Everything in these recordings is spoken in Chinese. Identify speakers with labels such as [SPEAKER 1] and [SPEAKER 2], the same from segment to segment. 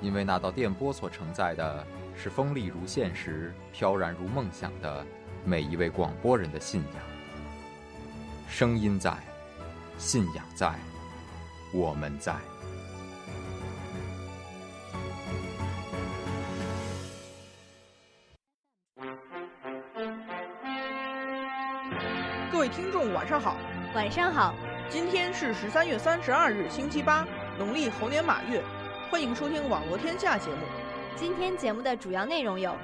[SPEAKER 1] 因为那道电波所承载的是锋利如现实、飘然如梦想的每一位广播人的信仰。声音在，信仰在，我们在。
[SPEAKER 2] 各位听众，晚上好！
[SPEAKER 3] 晚上好，
[SPEAKER 2] 今天是十三月三十二日，星期八，农历猴年马月，欢迎收听《网络天下》节目。
[SPEAKER 3] 今天节目的主要内容有：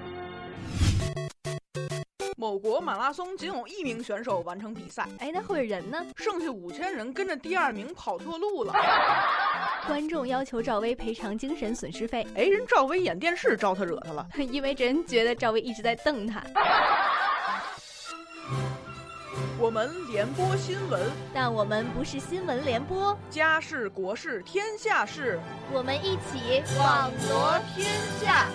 [SPEAKER 2] 某国马拉松仅有一名选手完成比赛，
[SPEAKER 3] 哎，那会儿人呢？
[SPEAKER 2] 剩下五千人跟着第二名跑错路了。
[SPEAKER 3] 观众要求赵薇赔偿精神损失费，
[SPEAKER 2] 哎，人赵薇演电视招他惹他了。
[SPEAKER 3] 因为人觉得赵薇一直在瞪他。
[SPEAKER 2] 我们联播新闻，
[SPEAKER 3] 但我们不是新闻联播，
[SPEAKER 2] 家事国事天下事，
[SPEAKER 3] 我们一起
[SPEAKER 2] 网罗天下。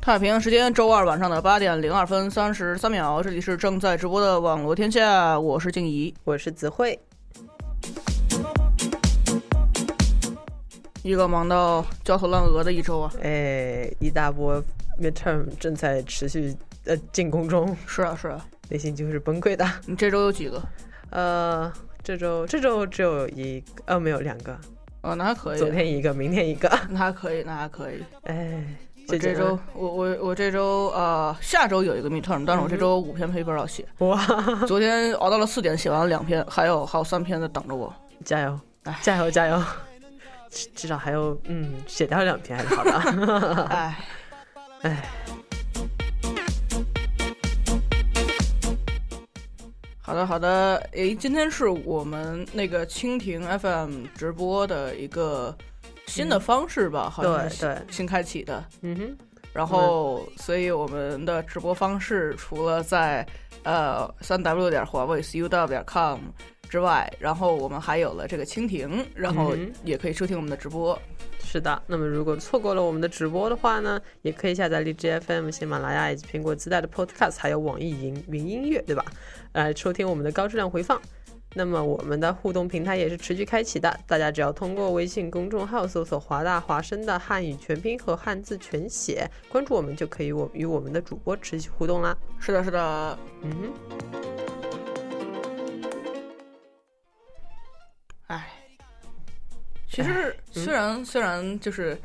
[SPEAKER 2] 太平洋时间周二晚上的八点零二分三十三秒，这里是正在直播的网络天下，我是静怡。
[SPEAKER 4] 我是子慧。
[SPEAKER 2] 一个忙到焦头烂额的一周啊！
[SPEAKER 5] 哎，一大波 midterm 正在持续呃进攻中，
[SPEAKER 2] 是啊，是啊，
[SPEAKER 5] 内心就是崩溃的。
[SPEAKER 2] 你这周有几个？
[SPEAKER 5] 呃，这周这周只有一个呃没有两个，
[SPEAKER 2] 啊，那还可
[SPEAKER 5] 昨
[SPEAKER 2] 以，
[SPEAKER 5] 天一个，明天一个。
[SPEAKER 2] 那还可以，那还可以。
[SPEAKER 5] 哎，
[SPEAKER 2] 我这
[SPEAKER 5] 周
[SPEAKER 2] 周我我我这周呃下周有一个 midterm，但是我这周五篇 paper 要 写，
[SPEAKER 5] 哇，
[SPEAKER 2] 昨天熬到了四点，写完了两篇，还有还有三篇在等着我。
[SPEAKER 5] 加油
[SPEAKER 2] 哎，
[SPEAKER 5] 加油，加油！至至少还有嗯，写掉两篇还是好的。
[SPEAKER 2] 哎，
[SPEAKER 5] 哎，
[SPEAKER 2] 好的好的，诶，今天是我们那个蜻蜓 FM 直播的一个新的方式吧，好像
[SPEAKER 5] 对
[SPEAKER 2] 是
[SPEAKER 5] 对，
[SPEAKER 2] 新开启的。
[SPEAKER 5] 嗯哼，
[SPEAKER 2] 然后，所以我们的直播方式除了在呃三 w 点华为 cuw 点 com 之外，然后我们还有了这个蜻蜓，然后
[SPEAKER 5] 嗯
[SPEAKER 2] 也可以收听我们的直播。
[SPEAKER 5] 是的。那么如果错过了我们的直播的话呢，也可以下载荔枝 FM、喜马拉雅以及苹果自带的 Podcast，还有网易云云音乐，对吧？来收听我们的高质量回放。那么我们的互动平台也是持续开启的，大家只要通过微信公众号搜索“华大华声”的汉语全拼和汉字全写，关注我们就可以我与我们的主播持续互动啦。
[SPEAKER 2] 是的，是的，
[SPEAKER 5] 嗯哼。
[SPEAKER 2] 哎，其实
[SPEAKER 5] 嗯
[SPEAKER 2] 虽然虽然就是。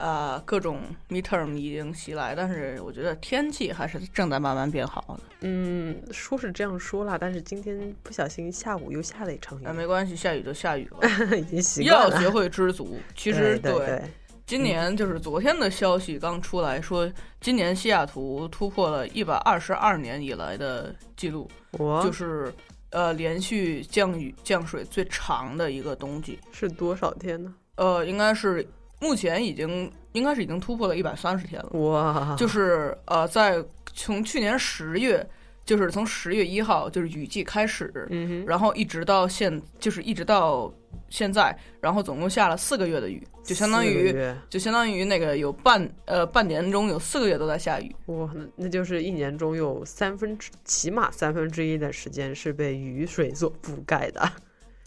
[SPEAKER 2] 呃，各种 midterm 已经袭来，但是我觉得天气还是正在慢慢变好的。
[SPEAKER 5] 嗯，说是这样说啦，但是今天不小心下午又下了一场雨，
[SPEAKER 2] 哎，没关系，下雨就下雨吧，
[SPEAKER 5] 已经嗯 习惯
[SPEAKER 2] 要
[SPEAKER 5] 了。
[SPEAKER 2] 学会知足。其实
[SPEAKER 5] 对 对，
[SPEAKER 2] 今年就是昨天的消息刚出来说，今年西雅图突破了一百二十二年以来的记录，
[SPEAKER 5] 我
[SPEAKER 2] 就是呃连续降雨降水最长的一个冬季。
[SPEAKER 5] 是多少天呢？
[SPEAKER 2] 呃，应该是目前已经应该是已经突破了一百三十天了，
[SPEAKER 5] 哇，
[SPEAKER 2] 就是呃在从去年十月，就是从十月一号就是雨季开始，
[SPEAKER 5] 嗯哼，
[SPEAKER 2] 然后一直到现就是一直到现在，然后总共下了四个月的雨，就相当
[SPEAKER 5] 四
[SPEAKER 2] 于
[SPEAKER 5] 个月
[SPEAKER 2] 就相当于那个有半呃半年中有四个月都在下雨，
[SPEAKER 5] 哇，那那就是一年中有三分之起码三分之一的时间是被雨水所覆盖的，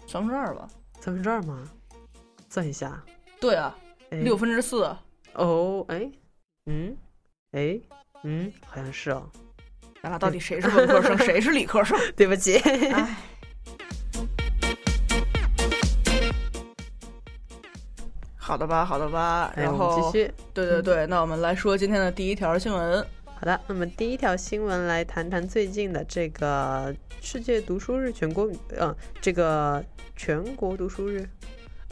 [SPEAKER 2] 三分之二吧？
[SPEAKER 5] 三分之二吗？算一下，
[SPEAKER 2] 对啊，
[SPEAKER 5] 哎
[SPEAKER 2] 六分之四。啊
[SPEAKER 5] 哦，哎，嗯，哎，嗯，好像是 哦，
[SPEAKER 2] 咱俩到底谁是文科 生，谁是理科生？
[SPEAKER 5] 对 不起，
[SPEAKER 2] 好的吧，好的吧。
[SPEAKER 5] 哎，
[SPEAKER 2] 然
[SPEAKER 5] 我
[SPEAKER 2] 后、
[SPEAKER 5] 们继续。嗯
[SPEAKER 2] 对对对，那我们来说今天的第一条新闻。
[SPEAKER 5] 好的，那么第一条新闻来谈谈最近的这个世界读书日全国，呃，这个全国读书日，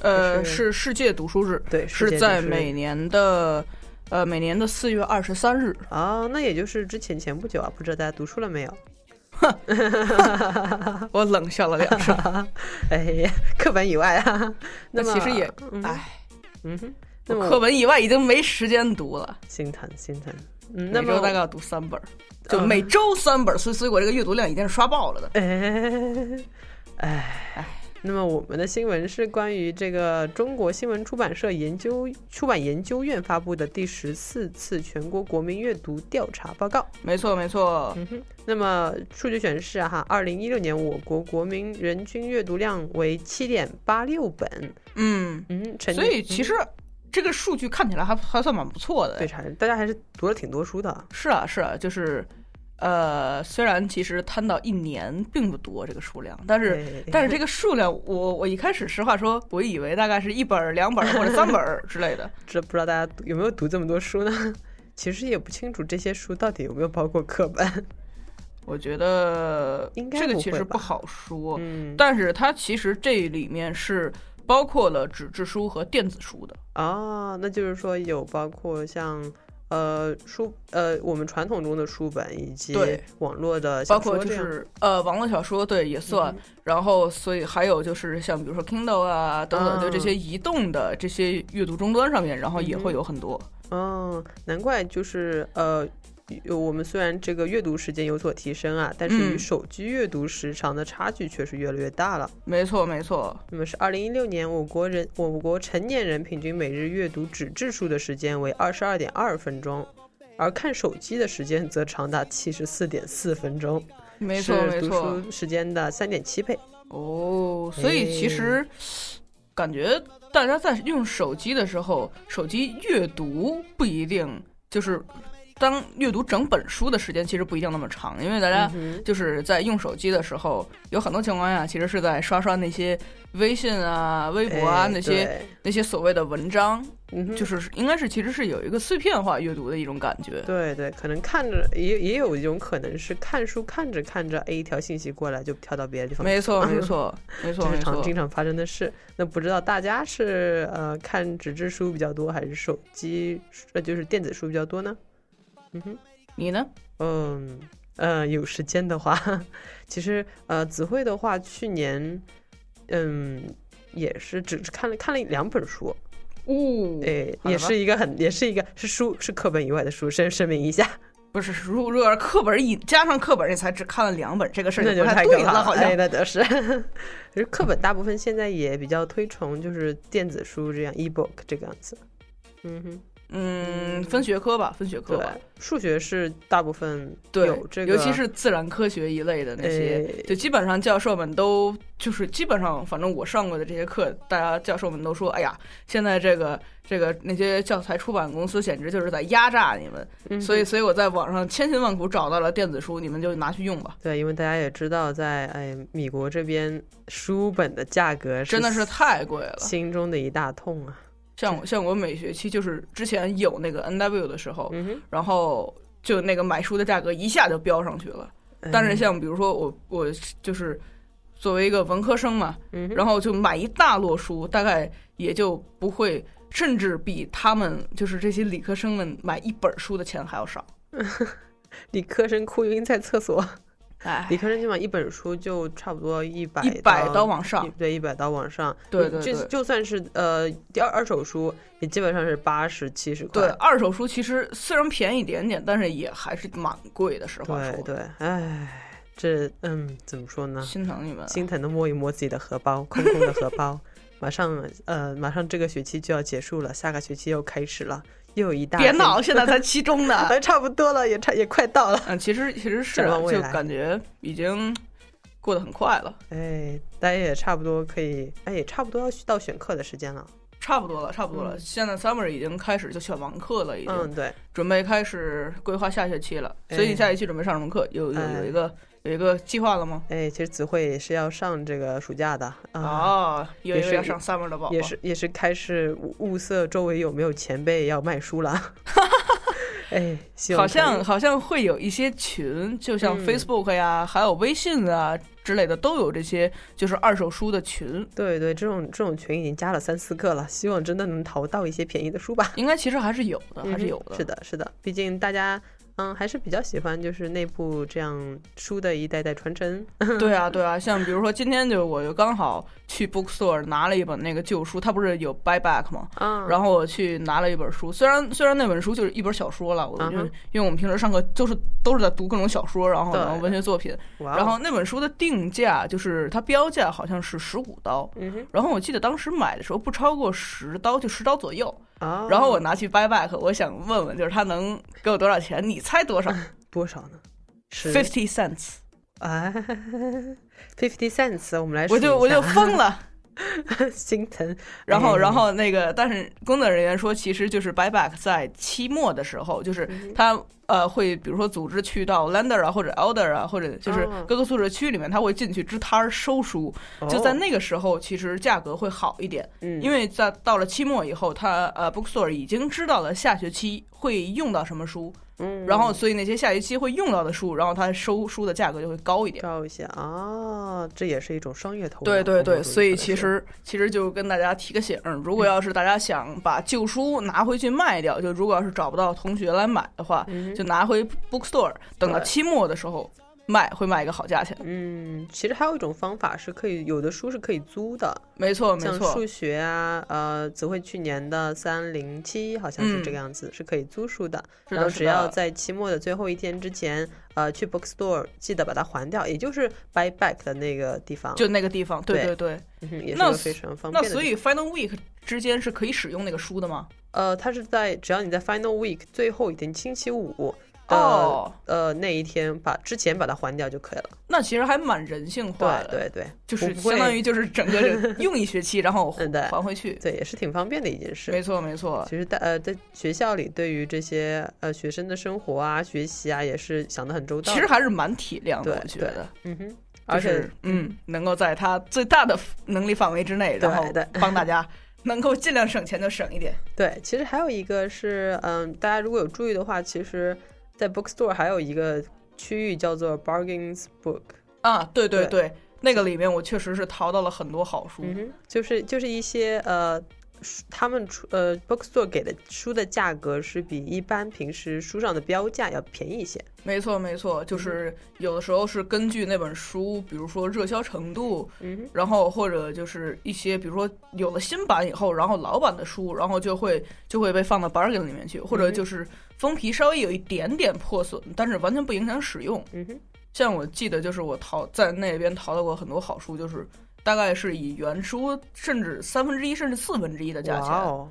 [SPEAKER 2] 呃，
[SPEAKER 5] 是
[SPEAKER 2] 是世界读书日，
[SPEAKER 5] 对，嗯世界
[SPEAKER 2] 是
[SPEAKER 5] 读书
[SPEAKER 2] 在
[SPEAKER 5] 日
[SPEAKER 2] 每年的呃每年的四月二十三日。
[SPEAKER 5] 哦，那也就是之前前不久啊，不知道大家读书了没有？啊
[SPEAKER 2] 我冷笑了两 声。
[SPEAKER 5] 哎，课本以外啊，
[SPEAKER 2] 那
[SPEAKER 5] 么
[SPEAKER 2] 其实也，
[SPEAKER 5] 嗯
[SPEAKER 2] 唉，
[SPEAKER 5] 嗯哼，
[SPEAKER 2] 我
[SPEAKER 5] 那么
[SPEAKER 2] 课本以外已经没时间读了，
[SPEAKER 5] 心疼心疼，嗯，那
[SPEAKER 2] 每
[SPEAKER 5] 么
[SPEAKER 2] 周
[SPEAKER 5] 我
[SPEAKER 2] 大概要读三本儿，就
[SPEAKER 5] 嗯
[SPEAKER 2] 每周三本儿，所以所以我这个阅读量已经是刷爆了的。
[SPEAKER 5] 哎，哎，那么我们的新闻是关于这个中国新闻出版社研究出版研究院发布的第十四次全国国民阅读调查报告。
[SPEAKER 2] 没错，没错，
[SPEAKER 5] 嗯哼，那么数据显示啊哈，二零一六年我国国民人均阅读量为七点八六本。
[SPEAKER 2] 嗯，
[SPEAKER 5] 嗯，成
[SPEAKER 2] 所以其实这个数据看起来还还算蛮不错的。
[SPEAKER 5] 对，还嗯是大家还是读了挺多书的。
[SPEAKER 2] 是啊，是啊，就是，呃，虽然其实摊到一年并不多这个数量，但是。
[SPEAKER 5] 对
[SPEAKER 2] 但是这个数量，我我一开始实话说，我以为大概是一本儿、两本儿或者三本儿之类 的。
[SPEAKER 5] 这不知道大家有没有读这么多书呢？ 其实也不清楚这些书到底有没有包括课本。
[SPEAKER 2] 我觉得
[SPEAKER 5] 应该
[SPEAKER 2] 这个
[SPEAKER 5] 不
[SPEAKER 2] 其
[SPEAKER 5] 会
[SPEAKER 2] 实
[SPEAKER 5] 吧
[SPEAKER 2] 不好说，
[SPEAKER 5] 嗯，
[SPEAKER 2] 但是它其实这里面是包括了纸质书和电子书的。
[SPEAKER 5] 啊，那就是说有包括像呃书呃我们传统中的书本以及
[SPEAKER 2] 对
[SPEAKER 5] 网络的小
[SPEAKER 2] 包括
[SPEAKER 5] 说
[SPEAKER 2] 就
[SPEAKER 5] 这样嗯
[SPEAKER 2] 是呃网络小说对也算，然后所以还有就是像比如说 Kindle 啊等等，
[SPEAKER 5] 嗯
[SPEAKER 2] 就这些移动的这些阅读终端上面，然后也
[SPEAKER 5] 嗯
[SPEAKER 2] 会有很多。
[SPEAKER 5] 哦，难怪就是呃。有我们虽然这个阅读时间有所提升啊，但是与
[SPEAKER 2] 嗯
[SPEAKER 5] 手机阅读时长的差距却是越来越大了。
[SPEAKER 2] 没错没错，
[SPEAKER 5] 那么是二零一六年，我国人我国成年人平均每日阅读纸质书的时间为二十二点二分钟，而看手机的时间则长达七十四点四分钟，
[SPEAKER 2] 没错没
[SPEAKER 5] 是读
[SPEAKER 2] 错
[SPEAKER 5] 书时间的三点七倍。
[SPEAKER 2] 哦，所以其实
[SPEAKER 5] 哎
[SPEAKER 2] 感觉大家在用手机的时候，手机阅读不一定就是当阅读整本书的时间，其实不一定那么长，因为大家、
[SPEAKER 5] 嗯
[SPEAKER 2] 就是在用手机的时候，有很多情况下其实是在刷刷那些微信啊、微
[SPEAKER 5] 哼
[SPEAKER 2] 博啊、
[SPEAKER 5] 哎
[SPEAKER 2] 那些
[SPEAKER 5] 对
[SPEAKER 2] 那些所谓的文章，
[SPEAKER 5] 嗯哼，
[SPEAKER 2] 就是应该是其实是有一个碎片化阅读的一种感觉。
[SPEAKER 5] 对对，可能看着也也有一种可能是看书看着看着，哎，一条信息过来就跳到别的地方去了，
[SPEAKER 2] 没错，没错，没错，
[SPEAKER 5] 这
[SPEAKER 2] 没
[SPEAKER 5] 是常
[SPEAKER 2] 错
[SPEAKER 5] 经。常发生的事。那不知道大家是呃看纸质书比较多，还是手机呃就是电子书比较多呢？嗯哼，
[SPEAKER 2] 你呢？
[SPEAKER 5] 嗯呃，有时间的话， 其实呃子慧的话，去年嗯也是只只看了看了两本书，
[SPEAKER 2] 哦，
[SPEAKER 5] 哎，
[SPEAKER 2] 好
[SPEAKER 5] 也
[SPEAKER 2] 的吧
[SPEAKER 5] 是一个很也是一个是书是课本以外的 书，声声明一下。
[SPEAKER 2] 不是，如果如果是课本以加上课本，你才只看了两本，这个事儿
[SPEAKER 5] 那
[SPEAKER 2] 就
[SPEAKER 5] 就
[SPEAKER 2] 不
[SPEAKER 5] 太可
[SPEAKER 2] 对
[SPEAKER 5] 怕
[SPEAKER 2] 了，好像
[SPEAKER 5] 哎、。那倒是。其实课本大部分现在也比较推崇就是电子书这样 ebook 这个样子。嗯哼，
[SPEAKER 2] 嗯，分学科吧，分学科
[SPEAKER 5] 对
[SPEAKER 2] 吧。，
[SPEAKER 5] 数学是大部分
[SPEAKER 2] 对，
[SPEAKER 5] 有这个，
[SPEAKER 2] 尤其是自然科学一类的那些，
[SPEAKER 5] 哎
[SPEAKER 2] 就基本上教授们都就是基本上，反正我上过的这些课，大家教授们都说，哎呀，现在这个这个那些教材出版公司简直就是在压榨你们，
[SPEAKER 5] 嗯哼
[SPEAKER 2] 所以所以我在网上千辛万苦找到了电子书，你们就拿去用吧，
[SPEAKER 5] 对，因为大家也知道在，哎米国这边书本的价格
[SPEAKER 2] 真的是太嗯贵了。
[SPEAKER 5] 心中的一大痛啊。
[SPEAKER 2] 像我像我每学期就是之前有那个 N W 的时候，
[SPEAKER 5] 嗯哼，
[SPEAKER 2] 然后就那个买书的价格一下就飙上去了。
[SPEAKER 5] 嗯
[SPEAKER 2] 但是像比如说我我就是作为一个文科生嘛，
[SPEAKER 5] 嗯哼
[SPEAKER 2] 然后就买一大摞书，大概也就不会，甚至比他们就是这些理科生们买一本书的钱还要少。
[SPEAKER 5] 理科生哭晕在厕所，
[SPEAKER 2] 哎
[SPEAKER 5] 理，科生基本上一本书就差不多一百
[SPEAKER 2] 一百刀往上
[SPEAKER 5] 一，对，一百刀往上。
[SPEAKER 2] 对
[SPEAKER 5] 你
[SPEAKER 2] 对
[SPEAKER 5] 就
[SPEAKER 2] 对
[SPEAKER 5] 就算是呃第二二手书，也基本上是八十七十块
[SPEAKER 2] 对，。二手书其实虽然便宜一点点，但是也还是蛮贵的。实话
[SPEAKER 5] 对
[SPEAKER 2] 说，
[SPEAKER 5] 对，唉，这嗯怎么说呢？
[SPEAKER 2] 心疼你们。
[SPEAKER 5] 心疼的摸一摸自己的荷包，空空的荷包。马上呃，马上这个学期就要结束了，下个学期又开始了，又有一大
[SPEAKER 2] 别
[SPEAKER 5] 堆
[SPEAKER 2] 闹，，现在才期中呢。
[SPEAKER 5] 哎，差不多了，也差也快到了。
[SPEAKER 2] 嗯，其实其实是
[SPEAKER 5] 展
[SPEAKER 2] 啊、
[SPEAKER 5] 望未
[SPEAKER 2] 就
[SPEAKER 5] 来
[SPEAKER 2] 感觉已经过得很快了，
[SPEAKER 5] 哎，大家也差不多可以，哎，也差不多要到选课的时间了。
[SPEAKER 2] 差不多了，差不多了。
[SPEAKER 5] 嗯
[SPEAKER 2] 现在 summer 已经开始就选完课了，已经、
[SPEAKER 5] 嗯，对，
[SPEAKER 2] 准备开始规划下学期了。
[SPEAKER 5] 哎
[SPEAKER 2] 所以你下学期准备上什么课？有有有一个、有一个计划了吗？
[SPEAKER 5] 哎，其实子慧也是要上这个暑假的啊。
[SPEAKER 2] 哦，有一
[SPEAKER 5] 也
[SPEAKER 2] 个
[SPEAKER 5] 是
[SPEAKER 2] 要上 summer 的宝宝，
[SPEAKER 5] 也是也是开始物物色周围有没有前辈要卖书 了。 哎，希望
[SPEAKER 2] 好
[SPEAKER 5] 可以
[SPEAKER 2] 像好像会有一些群，就像
[SPEAKER 5] 嗯
[SPEAKER 2] Facebook 呀，还有微信啊之类的，都有这些就是二手书的群。
[SPEAKER 5] 对对，这种这种群已经加了三四个了，希望真的能淘到一些便宜的书吧。嗯
[SPEAKER 2] 应该其实还是有的，还是有
[SPEAKER 5] 嗯是的，是的，毕竟大家。嗯，还是比较喜欢就是内部这样书的一代代传承。
[SPEAKER 2] 对啊，对啊，像比如说今天就我就刚好去 bookstore 拿了一本那个旧书，它不是有 buyback 吗？
[SPEAKER 5] 嗯，
[SPEAKER 2] 然后我去拿了一本书，虽然虽然那本书就是一本小说了，我就、
[SPEAKER 5] 嗯哼
[SPEAKER 2] 因为我们平时上课就是都是在读各种小说，然后
[SPEAKER 5] 对
[SPEAKER 2] 然后文学作品，
[SPEAKER 5] 哇哦
[SPEAKER 2] 然后那本书的定价就是它标价好像是十五刀，
[SPEAKER 5] 嗯哼，
[SPEAKER 2] 然后我记得当时买的时候不超过十刀，就十刀左右。
[SPEAKER 5] 哦，
[SPEAKER 2] 然后我拿去 buyback，我想问问就是它能给我多少钱？你猜多少
[SPEAKER 5] 多少呢？十
[SPEAKER 2] ？Fifty cents，
[SPEAKER 5] 啊，fifty cents，我们来数
[SPEAKER 2] 我
[SPEAKER 5] 一下，
[SPEAKER 2] 就我就疯了。
[SPEAKER 5] 心疼。
[SPEAKER 2] 然后，
[SPEAKER 5] 哎
[SPEAKER 2] 然后那个，但是工作人员说，其实就是 buyback 在期末的时候，就是
[SPEAKER 5] 嗯
[SPEAKER 2] 他呃会，比如说组织去到 lender 啊，或者 elder 啊，或者就是
[SPEAKER 5] 哦
[SPEAKER 2] 各个宿舍区里面，他会进去支摊儿收书，就在
[SPEAKER 5] 哦
[SPEAKER 2] 那个时候，其实价格会好一点，
[SPEAKER 5] 嗯
[SPEAKER 2] 因为在到了期末以后，他呃 bookstore 已经知道了下学期会用到什么书，
[SPEAKER 5] 嗯
[SPEAKER 2] 然后所以那些下学期会用到的书，然后他收书的价格就会高一点。
[SPEAKER 5] 照一下啊，这也是一种商业投入。
[SPEAKER 2] 对对对，
[SPEAKER 5] 某种
[SPEAKER 2] 所以
[SPEAKER 5] 意义上
[SPEAKER 2] 其
[SPEAKER 5] 来说
[SPEAKER 2] 实其实就跟大家提个醒儿，如
[SPEAKER 5] 嗯
[SPEAKER 2] 果要是大家想把旧书拿回去卖掉，就如果要是找不到同学来买的话，
[SPEAKER 5] 嗯哼
[SPEAKER 2] 就拿回 bookstore，等到
[SPEAKER 5] 对
[SPEAKER 2] 期末的时候卖，会卖一个好价钱。
[SPEAKER 5] 嗯，其实还有一种方法是可以，有的书是可以租的，
[SPEAKER 2] 没错没
[SPEAKER 5] 像
[SPEAKER 2] 错
[SPEAKER 5] 数，学啊，呃，子慧去年的三零七好像是这个
[SPEAKER 2] 嗯
[SPEAKER 5] 样子，是可以租书的。
[SPEAKER 2] 是
[SPEAKER 5] 然
[SPEAKER 2] 的
[SPEAKER 5] 后
[SPEAKER 2] 是
[SPEAKER 5] 只要
[SPEAKER 2] 的
[SPEAKER 5] 在期末的最后一天之前，呃，去 bookstore 记得把它还掉，也就是 buy back 的那个地方，
[SPEAKER 2] 就那个地方，对对
[SPEAKER 5] 对
[SPEAKER 2] 对。
[SPEAKER 5] 嗯哼也是
[SPEAKER 2] 那
[SPEAKER 5] 个非常方
[SPEAKER 2] 那
[SPEAKER 5] 便的地方。
[SPEAKER 2] 所以 final week 之间是可以使用那个书的吗？
[SPEAKER 5] 呃，它是在只要你在 final week 最后一天星期五的、
[SPEAKER 2] 哦
[SPEAKER 5] 呃那一天把之前把它还掉就可以了。
[SPEAKER 2] 那其实还蛮人性化的，
[SPEAKER 5] 对对对，
[SPEAKER 2] 就是
[SPEAKER 5] 我不会
[SPEAKER 2] 相当于就是整个 人用一学期，然后
[SPEAKER 5] 嗯对
[SPEAKER 2] 还回去。
[SPEAKER 5] 对，也是挺方便的一件事。
[SPEAKER 2] 没错没错，
[SPEAKER 5] 其实大呃，在学校里，对于这些呃学生的生活啊、学习啊，也是想得很周到
[SPEAKER 2] 其
[SPEAKER 5] 的。
[SPEAKER 2] 实还是蛮体谅的，
[SPEAKER 5] 对
[SPEAKER 2] 我觉
[SPEAKER 5] 对
[SPEAKER 2] 得。
[SPEAKER 5] 嗯哼，
[SPEAKER 2] 就
[SPEAKER 5] 而且
[SPEAKER 2] 是嗯，能够在他最大的能力范围之内，
[SPEAKER 5] 对
[SPEAKER 2] 然后
[SPEAKER 5] 对
[SPEAKER 2] 帮大家能够尽量省钱就省一点。
[SPEAKER 5] 对，其实还有一个是，嗯，大家如果有注意的话，其实，在 bookstore 还有一个区域叫做 bargains book，
[SPEAKER 2] 啊，对对
[SPEAKER 5] 对
[SPEAKER 2] 对，那个里面我确实是淘到了很多好书。
[SPEAKER 5] 嗯哼，就是就是一些呃。书他们出呃，bookstore 给的书的价格是比一般平时书上的标价要便宜一些。
[SPEAKER 2] 没错没错，
[SPEAKER 5] 嗯
[SPEAKER 2] 就是有的时候是根据那本书，比如说热销程度，
[SPEAKER 5] 嗯哼，
[SPEAKER 2] 然后或者就是一些比如说有了新版以后，然后老版的书，然后就会就会被放到 bargain 里面去，或者
[SPEAKER 5] 嗯
[SPEAKER 2] 就是封皮稍微有一点点破损，但是完全不影响使用。
[SPEAKER 5] 嗯哼，
[SPEAKER 2] 像我记得就是我淘在那边淘到过很多好书，就是大概是以原书甚至三分之一甚至四分之一的价钱，
[SPEAKER 5] 哇哦，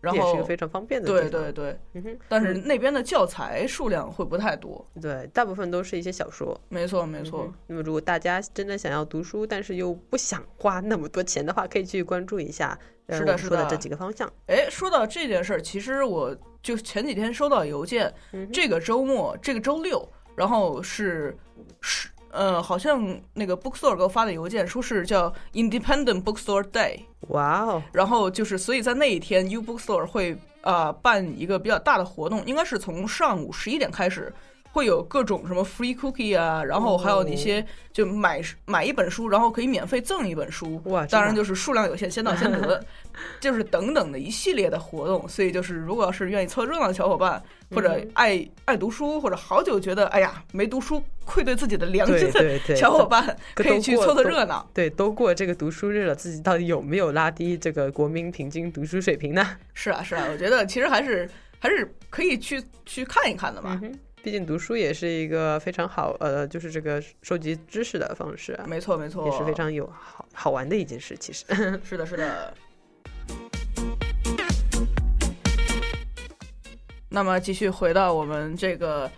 [SPEAKER 2] 然
[SPEAKER 5] 这也是一
[SPEAKER 2] 后
[SPEAKER 5] 个非常方便的
[SPEAKER 2] 对
[SPEAKER 5] 地方
[SPEAKER 2] 对，对，
[SPEAKER 5] 嗯哼，
[SPEAKER 2] 但是那边的教材数量会不太多，
[SPEAKER 5] 对，大部分都是一些小说。
[SPEAKER 2] 没错没错，
[SPEAKER 5] 嗯那么，如果大家真的想要读书，但是又不想花那么多钱的话，可以去关注一下。呃
[SPEAKER 2] 是的
[SPEAKER 5] 我
[SPEAKER 2] 是
[SPEAKER 5] 说的
[SPEAKER 2] 的
[SPEAKER 5] 这几个方向。
[SPEAKER 2] 哎，说到这件事儿，其实我就前几天收到邮件，
[SPEAKER 5] 嗯哼
[SPEAKER 2] 这个周末，这个周六，然后是是呃，好像那个 bookstore 给我发的邮件，说是叫 Independent Bookstore Day，
[SPEAKER 5] 哇哦，
[SPEAKER 2] 然后就是，所以在那一天，U Bookstore 会呃办一个比较大的活动，应该是从上午十一点开始，会有各种什么 free cookie 啊，然后还有一些就买买一本书，然后可以免费赠一本书。
[SPEAKER 5] 哇真
[SPEAKER 2] 当
[SPEAKER 5] 的
[SPEAKER 2] 然就是数量有限，先到先 得，就是等等的一系列的活动。所以就是，如果要是愿意凑热闹的小伙伴，
[SPEAKER 5] 嗯
[SPEAKER 2] 或者爱、爱读书，或者好久觉得哎呀没读书愧对自己的良
[SPEAKER 5] 对
[SPEAKER 2] 心的
[SPEAKER 5] 对对，
[SPEAKER 2] 小伙
[SPEAKER 5] 都。
[SPEAKER 2] 伴，
[SPEAKER 5] 都
[SPEAKER 2] 可以去
[SPEAKER 5] 过
[SPEAKER 2] 凑凑
[SPEAKER 5] 都
[SPEAKER 2] 热闹。
[SPEAKER 5] 对，都过这个读书日了，自己到底有没有拉低这个国民平均读书水平呢？
[SPEAKER 2] 是啊，是啊，我觉得其实还是还是可以去去看一看的嘛。
[SPEAKER 5] 毕竟读书也是一个非常好，呃，就是这个收集知识的方式啊，
[SPEAKER 2] 没错，没错，
[SPEAKER 5] 也是非常有好好玩的一件事。其实，
[SPEAKER 2] 是的，是的。那么继续回到我们这个，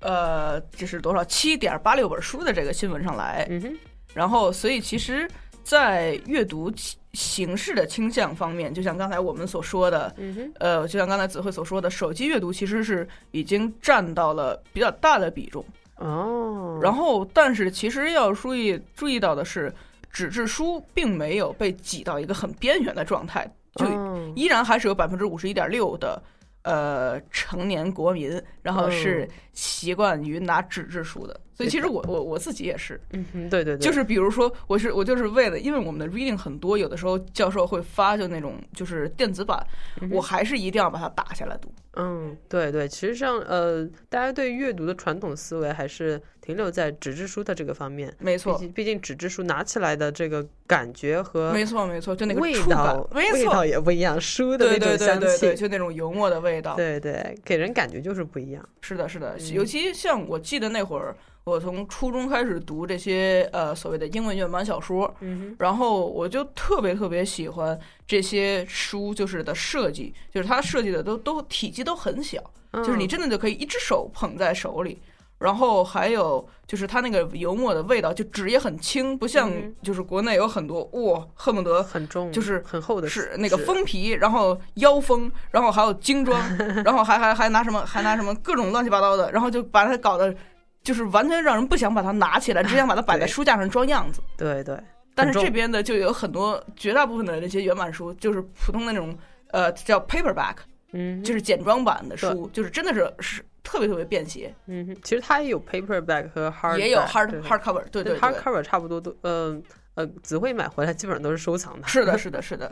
[SPEAKER 2] 呃，这是多少七点八六本书的这个新闻上来。
[SPEAKER 5] 嗯哼，
[SPEAKER 2] 然后，所以其实，在阅读倾形式的倾向方面，就像刚才我们所说的，
[SPEAKER 5] 嗯哼，
[SPEAKER 2] 呃，就像刚才子慧所说的，手机阅读其实是已经占到了比较大的比重。
[SPEAKER 5] 哦，
[SPEAKER 2] 然后，但是其实要注意注意到的是，纸质书并没有被挤到一个很边缘的状态，就
[SPEAKER 5] 哦
[SPEAKER 2] 依然还是有百分之五十一点六的
[SPEAKER 5] 嗯
[SPEAKER 2] 呃成年国民，然后是习惯于拿纸质书的。所以其实我我我自己也是，
[SPEAKER 5] 嗯哼，对对对，
[SPEAKER 2] 就是 比如说我是我就是为了，因为我们的 reading 很多，有的时候教授会发就那种就是电子版，
[SPEAKER 5] 嗯哼
[SPEAKER 2] 我还是一定要把它打下来读。
[SPEAKER 5] 嗯，对对，其实上呃，大家对阅读的传统思维还是停留在纸质书的这个方面。
[SPEAKER 2] 没
[SPEAKER 5] 毕
[SPEAKER 2] 错，
[SPEAKER 5] 竟，毕竟纸质书拿起来的这个感觉和
[SPEAKER 2] 没错，没错，就那个
[SPEAKER 5] 味
[SPEAKER 2] 触感
[SPEAKER 5] 道，，
[SPEAKER 2] 没
[SPEAKER 5] 味
[SPEAKER 2] 错
[SPEAKER 5] 道，也不一样，书的
[SPEAKER 2] 对
[SPEAKER 5] 那
[SPEAKER 2] 对
[SPEAKER 5] 种
[SPEAKER 2] 对
[SPEAKER 5] 香
[SPEAKER 2] 对对，
[SPEAKER 5] 气，
[SPEAKER 2] 就那种油墨的味道。
[SPEAKER 5] 对对，给人感觉就是不一样。
[SPEAKER 2] 是的，是的，
[SPEAKER 5] 嗯
[SPEAKER 2] 尤其像我记得那会儿，我从初中开始读这些呃所谓的英文原版小说，
[SPEAKER 5] 嗯
[SPEAKER 2] 然后我就特别特别喜欢这些书，就是的设计，就是它设计的都都体积都很小，
[SPEAKER 5] 哼，
[SPEAKER 2] 就是你真的就可以一只手捧在手里。然后还有就是它那个油墨的味道，就纸也很轻，不像
[SPEAKER 5] 嗯
[SPEAKER 2] 就是国内有很多哇、恨不得
[SPEAKER 5] 很重，
[SPEAKER 2] 就是
[SPEAKER 5] 很厚的
[SPEAKER 2] 是那个
[SPEAKER 5] 纸，
[SPEAKER 2] 封皮，然后腰封，然后还有精 装，然后还还还拿什么还拿什么各种乱七八糟的，然后就把它搞得就是完全让人不想把它拿起来，只想把它摆在
[SPEAKER 5] 对
[SPEAKER 2] 书架上装样子。
[SPEAKER 5] 对对，
[SPEAKER 2] 但是
[SPEAKER 5] 重
[SPEAKER 2] 这边的就有很多绝大部分的那些原版书，就是普通的那种呃叫 paperback，
[SPEAKER 5] 嗯哼，
[SPEAKER 2] 就是简装版的书，就是真的是是特别特别便携，
[SPEAKER 5] 嗯哼，其实它也有 paperback 和 hard，
[SPEAKER 2] 也有
[SPEAKER 5] back，对
[SPEAKER 2] hard
[SPEAKER 5] 对
[SPEAKER 2] hard cover，对对
[SPEAKER 5] 但
[SPEAKER 2] 对。
[SPEAKER 5] hardcover 差不多都，呃呃，子慧买回来基本上都是收藏的，
[SPEAKER 2] 是的，是的，是的，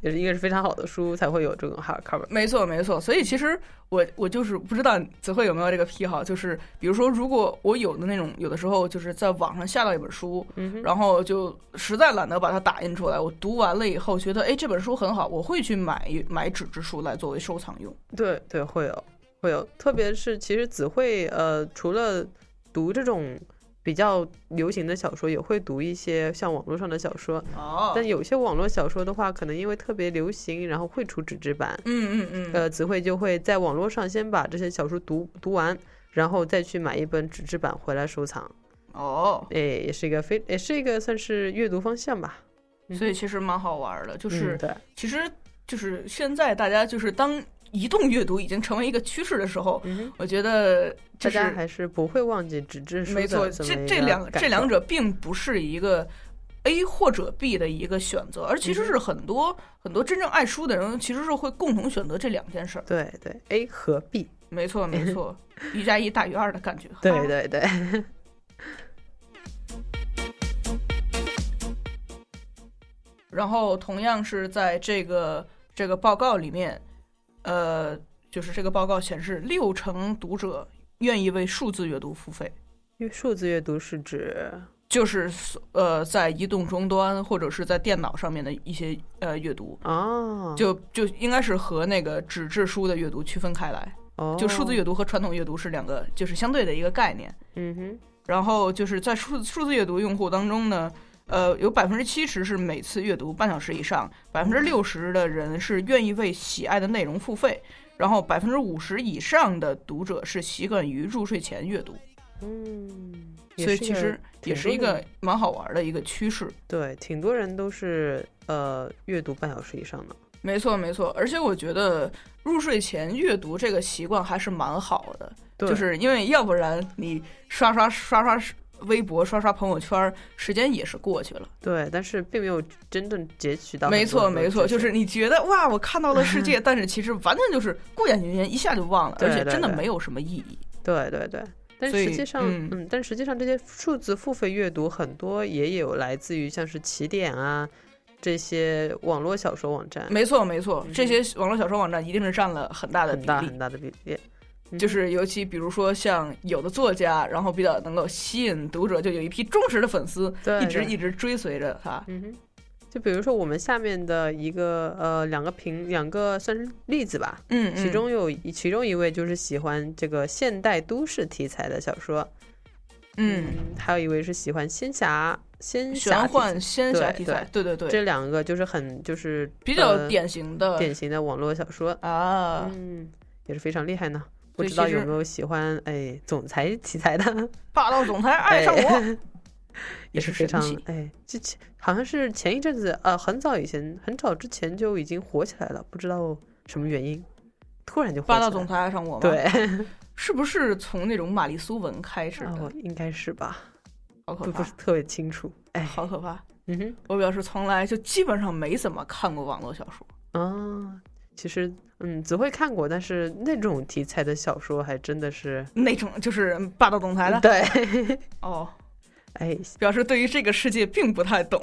[SPEAKER 5] 也是一个是非常好的书才会有这种 hardcover。
[SPEAKER 2] 没错，没错。所以其实我我就是不知道子慧有没有这个癖好，就是比如说，如果我有的那种，有的时候就是在网上下到一本书，
[SPEAKER 5] 嗯哼，
[SPEAKER 2] 然后就实在懒得把它打印出来，我读完了以后觉得，哎，这本书很好，我会去买一买纸质书来作为收藏用。
[SPEAKER 5] 对对，会有会有，特别是其实子慧呃，除了读这种比较流行的小说，也会读一些像网络上的小说。
[SPEAKER 2] 哦
[SPEAKER 5] 但有些网络小说的话，可能因为特别流行，然后会出纸质版，
[SPEAKER 2] 嗯嗯嗯，
[SPEAKER 5] 呃，子慧就会在网络上先把这些小说读读完，然后再去买一本纸质版回来收藏。
[SPEAKER 2] 哦，
[SPEAKER 5] 哎，也是一个非，也是一个算是阅读方向吧。
[SPEAKER 2] 所以其实蛮好玩的，就、
[SPEAKER 5] 就是对，
[SPEAKER 2] 其实就是现在大家就是当移动阅读已经成为一个趋势的时候，
[SPEAKER 5] 嗯哼，
[SPEAKER 2] 我觉得就是
[SPEAKER 5] 大家还是不会忘记纸质书的
[SPEAKER 2] 没错，
[SPEAKER 5] 这
[SPEAKER 2] 这
[SPEAKER 5] 么一
[SPEAKER 2] 这
[SPEAKER 5] 个
[SPEAKER 2] 两
[SPEAKER 5] 感
[SPEAKER 2] 这两
[SPEAKER 5] 受
[SPEAKER 2] 者并不是一个 A 或者 B 的一个选择，而其实
[SPEAKER 5] 嗯哼
[SPEAKER 2] 是很多、很多真正爱书的人其实是会共同选择这两件事儿。
[SPEAKER 5] 对对 A 和 B，
[SPEAKER 2] 没错，没 错，一加一大于二的感觉。
[SPEAKER 5] 对
[SPEAKER 2] 哈
[SPEAKER 5] 对对。
[SPEAKER 2] 然后同样是在这个这个报告里面，呃，就是这个报告显示，六成读者愿意为数字阅读付费，
[SPEAKER 5] 因为数字阅读是指，
[SPEAKER 2] 就是呃，在移动终端或者是在电脑上面的一些呃阅读，
[SPEAKER 5] 哦，
[SPEAKER 2] 就就应该是和那个纸质书的阅读区分开来，
[SPEAKER 5] 哦
[SPEAKER 2] 就数字阅读和传统阅读是两个就是相对的一个概念。
[SPEAKER 5] 嗯哼，
[SPEAKER 2] 然后就是在数数字阅读用户当中呢，呃，有百分之七十是每次阅读半小时以上，百分之六十的人是愿意为喜爱的内容付费，然后百分之五十以上的读者是习惯于入睡前阅读，
[SPEAKER 5] 嗯，也
[SPEAKER 2] 所以
[SPEAKER 5] 是
[SPEAKER 2] 其
[SPEAKER 5] 一个
[SPEAKER 2] 实也
[SPEAKER 5] 挺
[SPEAKER 2] 是一
[SPEAKER 5] 多
[SPEAKER 2] 个
[SPEAKER 5] 人
[SPEAKER 2] 蛮好玩的一个趋势。
[SPEAKER 5] 对，挺多人都是呃阅读半小时以上的，
[SPEAKER 2] 没错，没错，而且我觉得入睡前阅读这个习惯还是蛮好的，
[SPEAKER 5] 对
[SPEAKER 2] 就是因为要不然你刷刷刷刷微博、刷刷朋友圈，时间也是过去了。
[SPEAKER 5] 对，但是并没有真正截取到很
[SPEAKER 2] 没
[SPEAKER 5] 多
[SPEAKER 2] 错，
[SPEAKER 5] 很多
[SPEAKER 2] 没错，
[SPEAKER 5] 知
[SPEAKER 2] 就
[SPEAKER 5] 识
[SPEAKER 2] 是你觉得哇，我看到了世界，但是其实完全就是过眼云烟，一下就忘了，
[SPEAKER 5] 对
[SPEAKER 2] 而且
[SPEAKER 5] 对
[SPEAKER 2] 真的
[SPEAKER 5] 对
[SPEAKER 2] 没有什么意义。
[SPEAKER 5] 对对对。但
[SPEAKER 2] 所
[SPEAKER 5] 实
[SPEAKER 2] 以
[SPEAKER 5] 际上，
[SPEAKER 2] 嗯
[SPEAKER 5] 嗯，但实际上这些数字付费阅读很多也有来自于像是起点啊这些网络小说网站，
[SPEAKER 2] 没错，没错
[SPEAKER 5] 嗯，
[SPEAKER 2] 这些网络小说网站一定是占了很大的
[SPEAKER 5] 很
[SPEAKER 2] 比
[SPEAKER 5] 大
[SPEAKER 2] 例
[SPEAKER 5] 很。大的比例，嗯
[SPEAKER 2] 就是尤其比如说像有的作家，然后比较能够吸引读者，就有一批忠实的粉丝，
[SPEAKER 5] 对
[SPEAKER 2] 一直
[SPEAKER 5] 对
[SPEAKER 2] 一直追随着他。
[SPEAKER 5] 嗯哼，就比如说我们下面的一个呃两个评两个算是例子吧，
[SPEAKER 2] 嗯，
[SPEAKER 5] 其
[SPEAKER 2] 嗯
[SPEAKER 5] 中有一其中一位就是喜欢这个现代都市题材的小说，
[SPEAKER 2] 嗯，
[SPEAKER 5] 还有一位是喜欢仙侠仙侠
[SPEAKER 2] 玄
[SPEAKER 5] 题材
[SPEAKER 2] 幻仙侠题材，对对对，
[SPEAKER 5] 这两个就是很就是
[SPEAKER 2] 比
[SPEAKER 5] 呃
[SPEAKER 2] 较典型的
[SPEAKER 5] 典型的网络小说，
[SPEAKER 2] 啊，
[SPEAKER 5] 嗯，也是非常厉害呢。不
[SPEAKER 2] 所以
[SPEAKER 5] 知道
[SPEAKER 2] 其
[SPEAKER 5] 有
[SPEAKER 2] 实
[SPEAKER 5] 没有喜欢哎总裁题材的，
[SPEAKER 2] 霸道总裁爱上我，
[SPEAKER 5] 也是非
[SPEAKER 2] 神
[SPEAKER 5] 常
[SPEAKER 2] 奇
[SPEAKER 5] 哎，这这好像是前一阵子呃很早以前很早之前就已经火起来了，不知道什么原因，突然就火
[SPEAKER 2] 霸
[SPEAKER 5] 起
[SPEAKER 2] 道
[SPEAKER 5] 来
[SPEAKER 2] 总
[SPEAKER 5] 了
[SPEAKER 2] 裁爱上我吗？
[SPEAKER 5] 对，
[SPEAKER 2] 是不是从那种玛丽苏文开始
[SPEAKER 5] 哦
[SPEAKER 2] 的？
[SPEAKER 5] 应该是吧，
[SPEAKER 2] 好可
[SPEAKER 5] 不不
[SPEAKER 2] 怕
[SPEAKER 5] 是，特别清楚，哎，
[SPEAKER 2] 好可怕！
[SPEAKER 5] 嗯哼。
[SPEAKER 2] 我表示从来就基本上没怎么看过网络小说，
[SPEAKER 5] 啊，其实嗯只会看过，但是那种题材的小说还真的是
[SPEAKER 2] 那种就是霸道总裁了。
[SPEAKER 5] 对，
[SPEAKER 2] 哦，
[SPEAKER 5] 哎，
[SPEAKER 2] 表示对于这个世界并不太懂。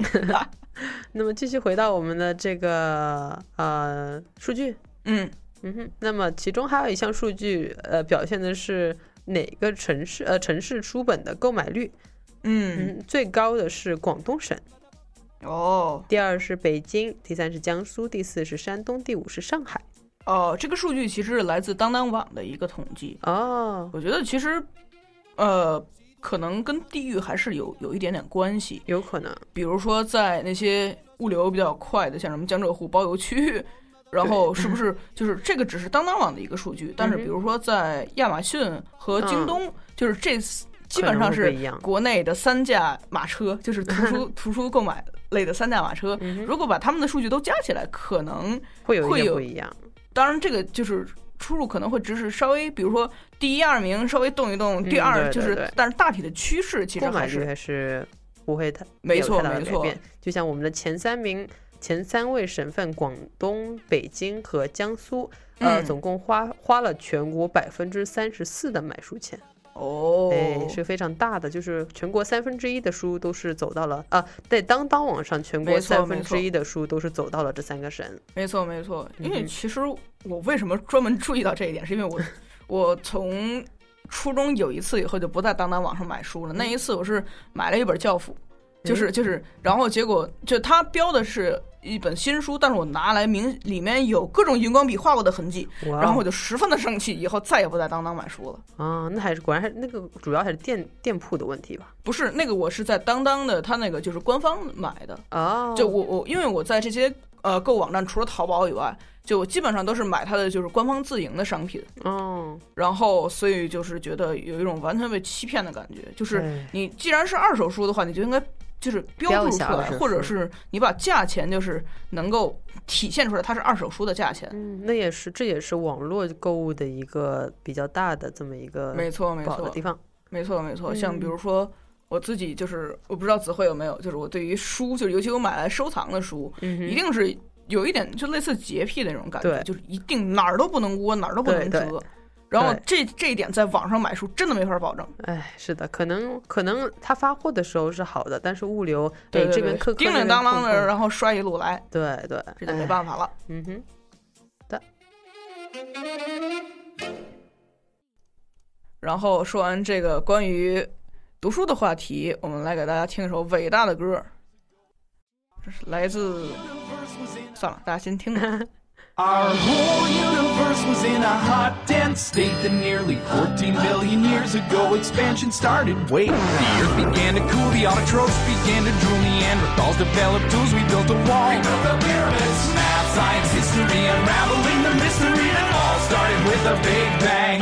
[SPEAKER 5] 那么继续回到我们的这个呃数据，
[SPEAKER 2] 嗯，
[SPEAKER 5] 嗯哼，那么其中还有一项数据，呃，表现的是哪个城市呃城市书本的购买率，
[SPEAKER 2] 嗯，
[SPEAKER 5] 嗯，最高的是广东省，嗯
[SPEAKER 2] 哦
[SPEAKER 5] 第二是北京，第三是江苏，第四是山东，第五是上海。
[SPEAKER 2] 哦，这个数据其实是来自当当网的一个统计。
[SPEAKER 5] 哦，
[SPEAKER 2] 我觉得其实，呃，可能跟地域还是有有一点点关系。
[SPEAKER 5] 有可能，
[SPEAKER 2] 比如说在那些物流比较快的，像什么江浙沪包邮区，然后是不是就是这个只是当当网的一个数据？但是
[SPEAKER 5] 嗯嗯哼嗯
[SPEAKER 2] 比如说在亚马逊和京东，就是这四基本上
[SPEAKER 5] 可能会
[SPEAKER 2] 是
[SPEAKER 5] 不一样。
[SPEAKER 2] 国内的三驾马车，就是图 书图书购买类的三驾马车。
[SPEAKER 5] 嗯哼
[SPEAKER 2] 如果把他们的数据都加起来，可能
[SPEAKER 5] 会有一
[SPEAKER 2] 会
[SPEAKER 5] 点
[SPEAKER 2] 有
[SPEAKER 5] 不一样。
[SPEAKER 2] 当然这个就是出入可能会只是稍微，比如说第一二名稍微动一动，
[SPEAKER 5] 嗯
[SPEAKER 2] 第二
[SPEAKER 5] 对
[SPEAKER 2] 就
[SPEAKER 5] 对
[SPEAKER 2] 是，
[SPEAKER 5] 对
[SPEAKER 2] 但是大体的趋势其实
[SPEAKER 5] 购买
[SPEAKER 2] 还
[SPEAKER 5] 率
[SPEAKER 2] 是
[SPEAKER 5] 还是不会太
[SPEAKER 2] 没
[SPEAKER 5] 有
[SPEAKER 2] 错
[SPEAKER 5] 太大的
[SPEAKER 2] 没
[SPEAKER 5] 改
[SPEAKER 2] 错
[SPEAKER 5] 变。就像我们的前三名、前三位省份，广东、北京和江苏，呃，
[SPEAKER 2] 嗯
[SPEAKER 5] 总共花花了全国百分之三十四的买书钱，
[SPEAKER 2] 哦，
[SPEAKER 5] 哎，是非常大的，就是全国三分之一的书都是走到了啊，在当当网上，全国
[SPEAKER 2] 没错
[SPEAKER 5] 三
[SPEAKER 2] 没
[SPEAKER 5] 分
[SPEAKER 2] 错
[SPEAKER 5] 之一的书都是走到了这三个省。
[SPEAKER 2] 没错，没错。因
[SPEAKER 5] 嗯
[SPEAKER 2] 为
[SPEAKER 5] 哼
[SPEAKER 2] 其实我为什么专门注意到这一点，是因 为我我从初中有一次以后就不在当当网上买书了。那一次我是买了一本《教父》，
[SPEAKER 5] 嗯
[SPEAKER 2] 就是就是，然后结果就它标的是一本新书，但是我拿来明里面有各种荧光笔画过的痕迹，
[SPEAKER 5] 哇
[SPEAKER 2] 然后我就十分的生气，以后再也不在当当买书了。
[SPEAKER 5] 啊，那还是果然还是那个主要还是店店铺的问题吧。
[SPEAKER 2] 不是那个，我是在当当的，它那个就是官方买的，
[SPEAKER 5] 哦，
[SPEAKER 2] 就我我因为我在这些呃购物网站除了淘宝以外，就我基本上都是买它的就是官方自营的商品。
[SPEAKER 5] 哦，
[SPEAKER 2] 然后所以就是觉得有一种完全被欺骗的感觉，就是
[SPEAKER 5] 哎
[SPEAKER 2] 你既然是二手书的话，你就应该就是标
[SPEAKER 5] 标一
[SPEAKER 2] 注出
[SPEAKER 5] 下二
[SPEAKER 2] 来
[SPEAKER 5] 手，书
[SPEAKER 2] 或者是你把价钱就是能够体现出来它是二手书的价钱。
[SPEAKER 5] 嗯，那也是，这也是网络购物的一个比较大的这么一个
[SPEAKER 2] 没错，没
[SPEAKER 5] 不好的
[SPEAKER 2] 错
[SPEAKER 5] 地，方。
[SPEAKER 2] 没错，没错。像
[SPEAKER 5] 嗯
[SPEAKER 2] 比如说。我自己就是，我不知道子慧有没有，就是我对于书，就是尤其我买来收藏的书，
[SPEAKER 5] 嗯哼
[SPEAKER 2] 一定是有一点就类似洁癖的那种感觉，
[SPEAKER 5] 对
[SPEAKER 2] 就是一定哪儿都不能窝，哪儿都不
[SPEAKER 5] 对
[SPEAKER 2] 能
[SPEAKER 5] 对
[SPEAKER 2] 折。然后
[SPEAKER 5] 对
[SPEAKER 2] 这这一点在网上买书真的没法保证。
[SPEAKER 5] 哎，是的，可能可能他发货的时候是好的，但是物流
[SPEAKER 2] 对
[SPEAKER 5] 哎
[SPEAKER 2] 对
[SPEAKER 5] 这
[SPEAKER 2] 对
[SPEAKER 5] 边客
[SPEAKER 2] 叮叮当当的，，然后摔一路来，
[SPEAKER 5] 对对，
[SPEAKER 2] 这就没
[SPEAKER 5] 哎
[SPEAKER 2] 办法了。
[SPEAKER 5] 嗯哼，
[SPEAKER 2] 然后说完这个关于读书的话题，我们来给大家听一首伟大的歌，这是来自……算了，大家先听吧。
[SPEAKER 4] Our whole universe was in a hot, dense state that nearly 14 billion years ago expansion started. Wait, the earth began to cool, the autotrophs began to drool, Neanderthals developed tools, we built a wall. We built the pyramids. Math, science, history, unraveling the mystery that all started with a big bang.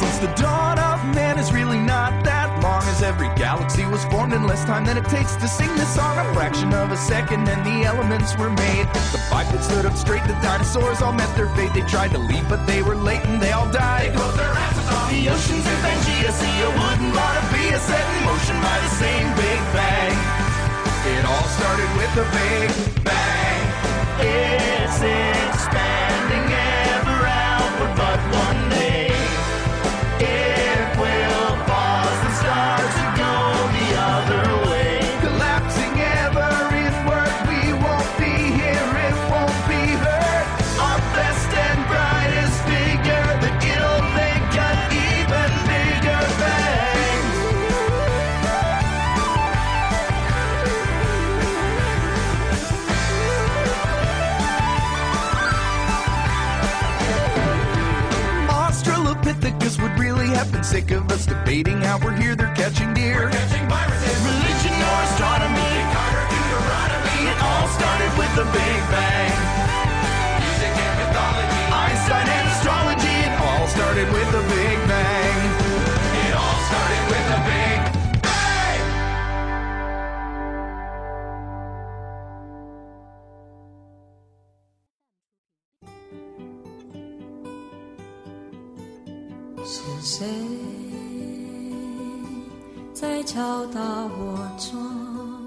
[SPEAKER 4] Since the dawn of man is really not that long as every galaxy was formed in less time than it takes to sing this song. A fraction of a second and the elements were made. The bipeds stood up straight, the dinosaurs all met their fate. They tried to leave, but they were late and they all died. They closed their asses on the oceans in Pangea. See a wooden lot of beer set in motion by the same Big Bang. It all started with a Big Bang. It's expanding ever outward, but one day. It will pause and start to go the other way. Collapsing ever inward, we won't be here, it won't be heard. Our best and brightest figure, the guild, they got even bigger bang. Australopithecus would really have been sick of us debating how we're here, they're catching deer. We're catching viruses. Religion or astronomy, Carter, Deuteronomy. It all started with the Big Bang. Music and mythology, Einstein and astrology. It all started with the Big Bang. It all started with the Big Bang.
[SPEAKER 6] 是谁在敲打我窗？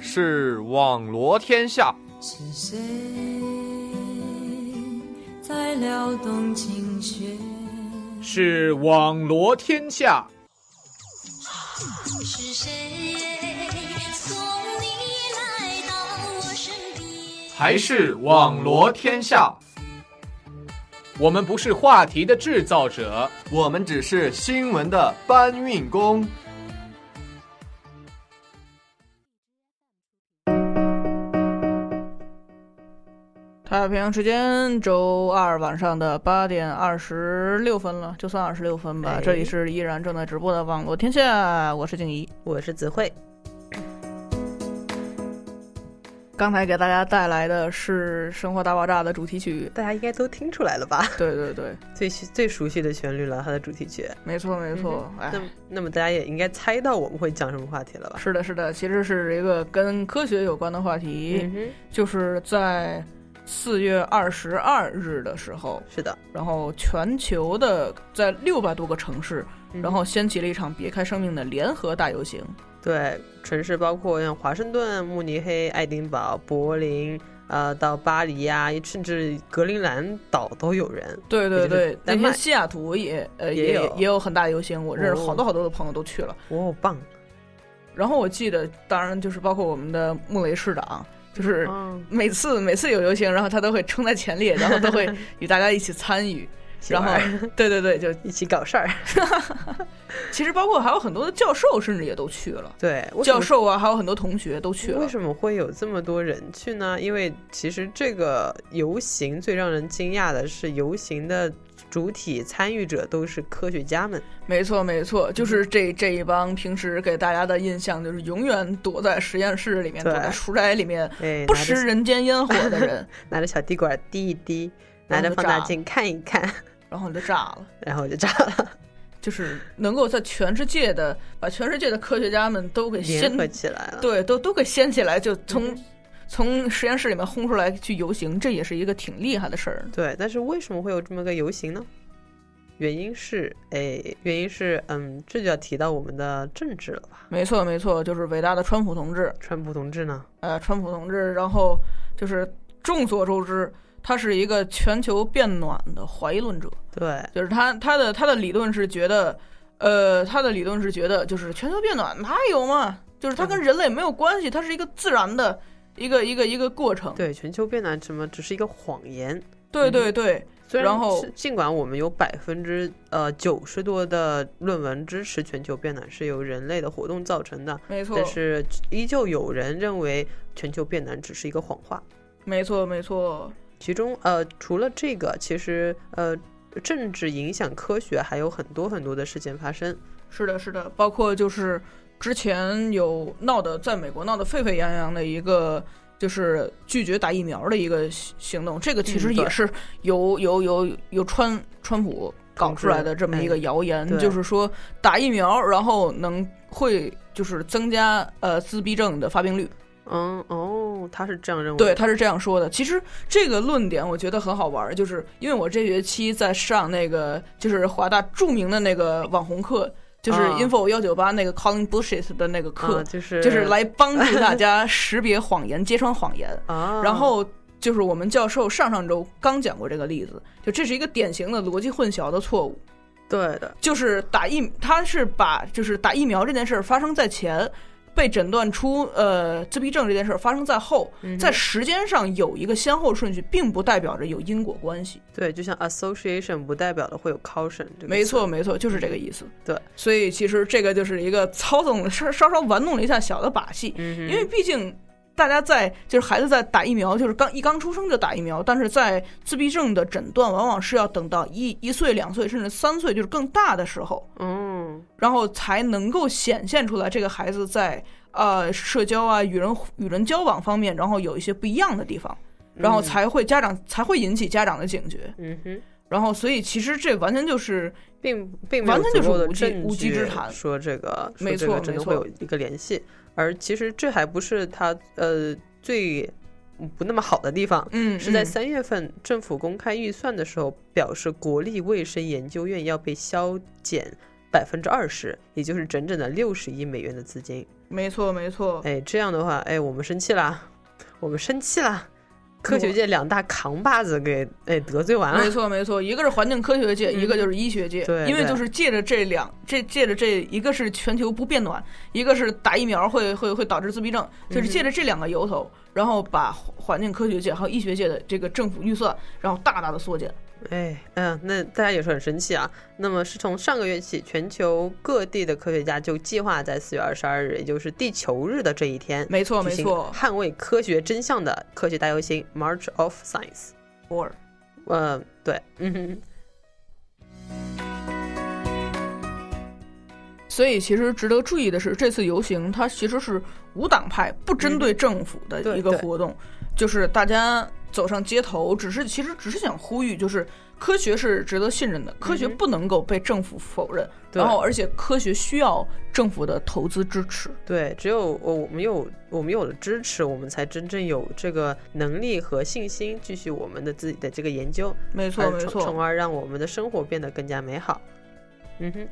[SPEAKER 7] 是网罗天下，
[SPEAKER 6] 是谁在撩动琴弦，
[SPEAKER 7] 是网罗天下，
[SPEAKER 8] 是谁送你来到我身边？
[SPEAKER 7] 还是网罗天下？我们不是话题的制造者，
[SPEAKER 9] 我们只是新闻的搬运工。
[SPEAKER 2] 太平洋时间周二晚上的八点二十六分了，就算二十六分吧。
[SPEAKER 5] 哎
[SPEAKER 2] 这里是依然正在直播的网络天下，我是静怡。
[SPEAKER 5] 我是子慧，
[SPEAKER 2] 刚才给大家带来的是《生活大爆炸》的主题 曲。
[SPEAKER 5] 大家应该都听出来了吧？
[SPEAKER 2] 对对对，
[SPEAKER 5] 最最熟悉的旋律了，它的主题曲。
[SPEAKER 2] 没错没错。哎，
[SPEAKER 5] 那那么大家也应该猜到我们会讲什么话题了吧？
[SPEAKER 2] 是的，是的，其实是一个跟科学有关的话题，
[SPEAKER 5] 哼，
[SPEAKER 2] 就是在四月二十二日的时候，
[SPEAKER 5] 是的，
[SPEAKER 2] 然后全球的在六百多个城市，
[SPEAKER 5] 嗯
[SPEAKER 2] 然后掀起了一场别开生命的联合大游行。
[SPEAKER 5] 对，城市包括像华盛顿、慕尼黑、爱丁堡、柏林，呃，到巴黎呀、甚至格陵兰岛都有人。
[SPEAKER 2] 对对
[SPEAKER 5] 也就是
[SPEAKER 2] 对，那
[SPEAKER 5] 丹麦
[SPEAKER 2] 天西雅图也呃
[SPEAKER 5] 也
[SPEAKER 2] 也
[SPEAKER 5] 有
[SPEAKER 2] 也有很大的游行，我认识
[SPEAKER 5] 哦
[SPEAKER 2] 好多好多的朋友都去了。
[SPEAKER 5] 哇、哦，棒！
[SPEAKER 2] 然后我记得，当然就是包括我们的穆雷市长，就是
[SPEAKER 5] 嗯，
[SPEAKER 2] 每次每次有游行，然后他都会冲在前列，然后都会与大家一起参与。然后
[SPEAKER 5] 玩，
[SPEAKER 2] 对对对，就
[SPEAKER 5] 一起搞事儿。
[SPEAKER 2] 其实包括还有很多的教授，甚至也都去了，
[SPEAKER 5] 对，为什
[SPEAKER 2] 教
[SPEAKER 5] 么
[SPEAKER 2] 授啊，还有很多同学都去了
[SPEAKER 5] 为。什么会有这么多人去呢？因为其实这个游行最让人惊讶的是，游行的主体参与者都是科学家们。
[SPEAKER 2] 没错没错，就是这这一帮平时给大家的印象就是永远躲在实验室里面，
[SPEAKER 5] 对
[SPEAKER 2] 躲在书斋里面，
[SPEAKER 5] 哎，
[SPEAKER 2] 不
[SPEAKER 5] 拿着
[SPEAKER 2] 食人间烟火的人，
[SPEAKER 5] 拿着小滴管滴一滴，拿
[SPEAKER 2] 然后
[SPEAKER 5] 着
[SPEAKER 2] 就
[SPEAKER 5] 放
[SPEAKER 2] 炸
[SPEAKER 5] 大
[SPEAKER 2] 了
[SPEAKER 5] 镜看一看，
[SPEAKER 2] 然后就炸了。
[SPEAKER 5] 然后就炸了，
[SPEAKER 2] 就是能够在全世界的把全世界的科学家们都给掀
[SPEAKER 5] 联，合起来了。
[SPEAKER 2] 对，都都给掀起来，就从
[SPEAKER 5] 嗯
[SPEAKER 2] 从实验室里面轰出来去游行，这也是一个挺厉害的事儿。
[SPEAKER 5] 对，但是为什么会有这么个游行呢？原因是，哎，原因是，嗯，这就要提到我们的政治了吧？
[SPEAKER 2] 没错没错，就是伟大的川普同志，
[SPEAKER 5] 川普同志呢？
[SPEAKER 2] 呃，川普同志，然后就是众所周知，他是一个全球变暖的怀疑论者，
[SPEAKER 5] 对，
[SPEAKER 2] 就是他他的他的理论是觉得，呃，他的理论是觉得就是全球变暖哪有嘛，就是它跟人类没有关系，它是一个自然的一个一个一个过程。
[SPEAKER 5] 对，全球变暖什么只是一个谎言。
[SPEAKER 2] 对对对，
[SPEAKER 5] 嗯虽
[SPEAKER 2] 然后
[SPEAKER 5] 是尽管我们有百分之呃九十多的论文支持全球变暖是由人类的活动造成的，
[SPEAKER 2] 没错
[SPEAKER 5] 但，是依旧有人认为全球变暖只是一个谎话。
[SPEAKER 2] 没错没错，
[SPEAKER 5] 其中呃，除了这个，其实呃，政治影响科学还有很多很多的事件发生。
[SPEAKER 2] 是的是的，包括就是之前有闹的，在美国闹得沸沸扬扬的一个。就是拒绝打疫苗的一个行行动，这个其
[SPEAKER 5] 嗯
[SPEAKER 2] 实
[SPEAKER 5] 对
[SPEAKER 2] 也是由、由由由川川普搞出来的这么一个谣言，
[SPEAKER 5] 哎对
[SPEAKER 2] 就是说打疫苗，然后能会就是增加呃自闭症的发病率。
[SPEAKER 5] 嗯哦，他是这样认为。
[SPEAKER 2] 对，，他是这样说的。其实这个论点我觉得很好玩儿，就是因为我这学期在上那个就是华大著名的那个网红课，就是
[SPEAKER 5] 啊
[SPEAKER 2] Info 幺九八那个 Calling Bullshit 的那个课，
[SPEAKER 5] 啊、就是
[SPEAKER 2] 就是来帮助大家识别谎言、揭穿谎言。
[SPEAKER 5] 啊，
[SPEAKER 2] 然后就是我们教授上上周刚讲过这个例子，就这是一个典型的逻辑混淆的错误。
[SPEAKER 5] 对的，
[SPEAKER 2] 就是打疫，他是把就是打疫苗这件事儿发生在前，被诊断出呃自闭症这件事儿发生在后，
[SPEAKER 5] 嗯哼
[SPEAKER 2] 在时间上有一个先后顺序，并不代表着有因果关系。
[SPEAKER 5] 对，就像 association 不代表的会有 caution 这个
[SPEAKER 2] 没
[SPEAKER 5] 词
[SPEAKER 2] 错，，没错，就是这个意思。
[SPEAKER 5] 对，
[SPEAKER 2] 所以其实这个就是一个操纵，稍稍稍玩弄了一下小的把戏，
[SPEAKER 5] 嗯哼
[SPEAKER 2] 因为毕竟。大家在就是孩子在打疫苗，就是刚一刚出生就打疫苗，但是在自闭症的诊断往往是要等到一一岁、两岁甚至三岁，就是更大的时候，
[SPEAKER 5] 嗯
[SPEAKER 2] 然后才能够显现出来这个孩子在呃社交啊、与人与人交往方面，然后有一些不一样的地方，然后才会家长才会引起家长的警觉。
[SPEAKER 5] 嗯哼，
[SPEAKER 2] 然后，所以其实这完全就是
[SPEAKER 5] 并并没
[SPEAKER 2] 完
[SPEAKER 5] 有
[SPEAKER 2] 全
[SPEAKER 5] 足
[SPEAKER 2] 就是
[SPEAKER 5] 够的
[SPEAKER 2] 无稽
[SPEAKER 5] 证
[SPEAKER 2] 无稽
[SPEAKER 5] 据
[SPEAKER 2] 之谈
[SPEAKER 5] 说这个说
[SPEAKER 2] 没
[SPEAKER 5] 这
[SPEAKER 2] 错
[SPEAKER 5] 个真
[SPEAKER 2] 没
[SPEAKER 5] 的会
[SPEAKER 2] 错
[SPEAKER 5] 有一个联系，而其实这还不是他呃最不那么好的地方，
[SPEAKER 2] 嗯
[SPEAKER 5] 是在
[SPEAKER 2] 嗯
[SPEAKER 5] 三月份政府公开预算的时候表示，国立卫生研究院要被削减百分之二十，也就是整整的六十亿美元的资金。
[SPEAKER 2] 没错没错，
[SPEAKER 5] 哎哎，这样的话，哎，我们生气啦，我们生气啦。科学界两大扛把子给哎得罪完
[SPEAKER 2] 没
[SPEAKER 5] 了。
[SPEAKER 2] 错，没错，一个是环境科学界，
[SPEAKER 5] 嗯
[SPEAKER 2] 一个就是医学界。
[SPEAKER 5] 对
[SPEAKER 2] 因为
[SPEAKER 5] 对
[SPEAKER 2] 就是借着这两，这借着这一个是全球不变暖，一个是打疫苗会会会导致自闭症，就是
[SPEAKER 5] 嗯
[SPEAKER 2] 借着这两个由头，然后把环环境科学界还有医学界的这个政府预算，然后大大的缩减。
[SPEAKER 5] 哎，嗯、那大家也是很生气啊。那么是从上个月起，全球各地的科学家就计划在四月二十二日，也就是地球日的这一天，
[SPEAKER 2] 没错，
[SPEAKER 5] 举
[SPEAKER 2] 没
[SPEAKER 5] 行
[SPEAKER 2] 错，
[SPEAKER 5] 捍卫科学真相的科学大游行 March of Science。
[SPEAKER 2] 偶尔。
[SPEAKER 5] 呃，对，嗯哼，
[SPEAKER 2] 所以其实值得注意的是，这次游行它其实是无党派、不针对政府的
[SPEAKER 5] 嗯对
[SPEAKER 2] 一个
[SPEAKER 5] 对
[SPEAKER 2] 活动，就是大家走上街头，只是其实只是想呼吁，就是科学是值得信任的，科学不能够被政府否认，
[SPEAKER 5] 嗯对
[SPEAKER 2] 然后而且科学需要政府的投资支持。
[SPEAKER 5] 对，只有我我们有我们有了支持，我们才真正有这个能力和信心继续我们的自己的这个研究，
[SPEAKER 2] 没错，
[SPEAKER 5] 而
[SPEAKER 2] 没
[SPEAKER 5] 从
[SPEAKER 2] 错，
[SPEAKER 5] 从而让我们的生活变得更加美好。嗯哼，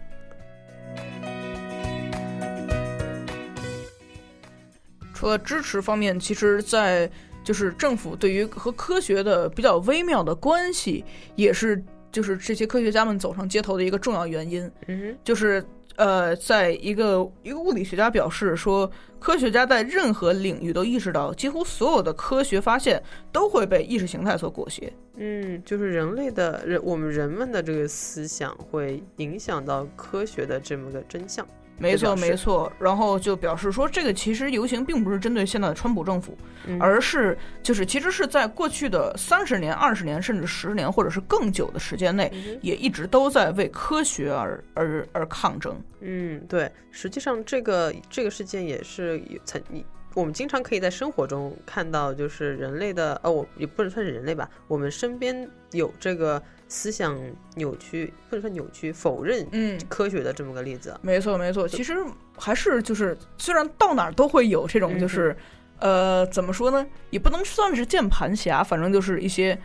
[SPEAKER 2] 除了支持方面，其实，在就是政府对于和科学的比较微妙的关系，也是就是这些科学家们走上街头的一个重要原因。
[SPEAKER 5] 嗯哼，
[SPEAKER 2] 就是呃，在一个一个物理学家表示说，科学家在任何领域都意识到，几乎所有的科学发现都会被意识形态所裹挟。
[SPEAKER 5] 嗯，就是人类的人，我们人们的这个思想会影响到科学的这么个真相。
[SPEAKER 2] 没错，
[SPEAKER 5] 这表示
[SPEAKER 2] 没错。然后就表示说，这个其实游行并不是针对现在的川普政府，
[SPEAKER 5] 嗯
[SPEAKER 2] 而是就是其实是在过去的三十年、二十年，甚至十年或者是更久的时间内，也一直都在为科学而而而抗争。
[SPEAKER 5] 嗯，对，实际上这个这个事件也是有曾你我们经常可以在生活中看到，就是人类的哦，我也不能算是人类吧，我们身边有这个思想扭曲，不能说扭曲，否认
[SPEAKER 2] 嗯，
[SPEAKER 5] 科学的这么个例子。
[SPEAKER 2] 没错，没错。其实还是就是，虽然到哪儿都会有这
[SPEAKER 5] 嗯
[SPEAKER 2] 种，就是、呃，怎么说呢，也不能算是键盘侠，反正就是一些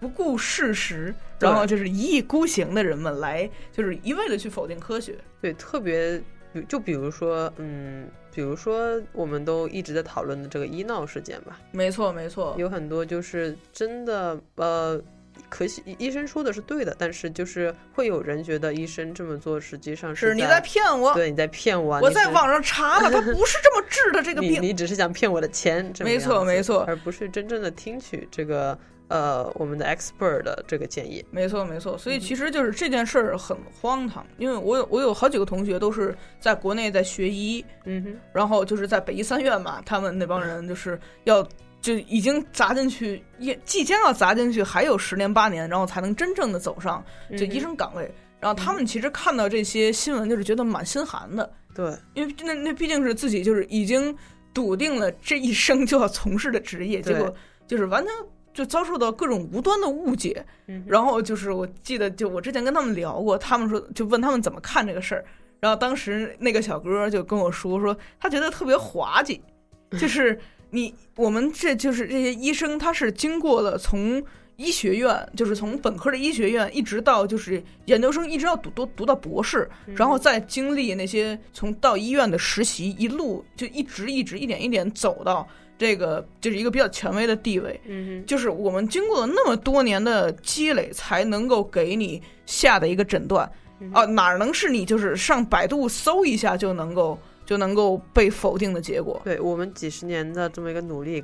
[SPEAKER 2] 不顾事实，
[SPEAKER 5] 对
[SPEAKER 2] 然后就是一意孤行的人们来，就是一味的去否定科学。
[SPEAKER 5] 对，特别比就比如说，嗯，比如说我们都一直在讨论的这个医闹事件吧，
[SPEAKER 2] 没错，没错，
[SPEAKER 5] 有很多就是真的呃，可惜医生说的是对的，但是就是会有人觉得医生这么做实际上
[SPEAKER 2] 是你在
[SPEAKER 5] 在
[SPEAKER 2] 骗我。
[SPEAKER 5] 对，你在骗我啊。
[SPEAKER 2] 我
[SPEAKER 5] 你
[SPEAKER 2] 在
[SPEAKER 5] 是
[SPEAKER 2] 网上查 了，他不是这么治的这个
[SPEAKER 5] 你
[SPEAKER 2] 病。
[SPEAKER 5] 你只是想骗我的钱，这么
[SPEAKER 2] 没
[SPEAKER 5] 样
[SPEAKER 2] 错
[SPEAKER 5] 子
[SPEAKER 2] 没错
[SPEAKER 5] 而不是真正的听取这个呃我们的 expert 的这个建议。
[SPEAKER 2] 没错，没错。
[SPEAKER 5] 嗯
[SPEAKER 2] 所以其实就是这件事儿很荒唐，因为我有我有好几个同学都是在国内在学医，
[SPEAKER 5] 嗯哼，
[SPEAKER 2] 然后就是在北医三院嘛，他们那帮人就是要就已经砸进去，也即将要砸进去，还有十年八年，然后才能真正的走上
[SPEAKER 5] 嗯
[SPEAKER 2] 就医生岗位。然后他们其实看到这些新闻，就是觉得蛮心寒的，
[SPEAKER 5] 对
[SPEAKER 2] 因为那那毕竟是自己就是已经笃定了这一生就要从事的职业，
[SPEAKER 5] 对
[SPEAKER 2] 结果就是完全。就遭受到各种无端的误解，
[SPEAKER 5] 嗯
[SPEAKER 2] 然后就是我记得，就我之前跟他们聊过，他们说就问他们怎么看这个事儿，然后当时那个小哥就跟我说说，他觉得特别滑稽，就是你我们这就是这些医生，他是经过了从医学院，就是从本科的医学院，一直到就是研究生，一直要读读读到博士，
[SPEAKER 5] 嗯
[SPEAKER 2] 然后再经历那些从到医院的实习，一路就一直一直一点一点走到这个就是一个比较权威的地位。
[SPEAKER 5] 嗯
[SPEAKER 2] 就是我们经过了那么多年的积累，才能够给你下的一个诊断
[SPEAKER 5] 嗯
[SPEAKER 2] 啊，哪儿能是你就是上百度搜一下就能够就能够被否定的结果？
[SPEAKER 5] 对我们几十年的这么一个努力，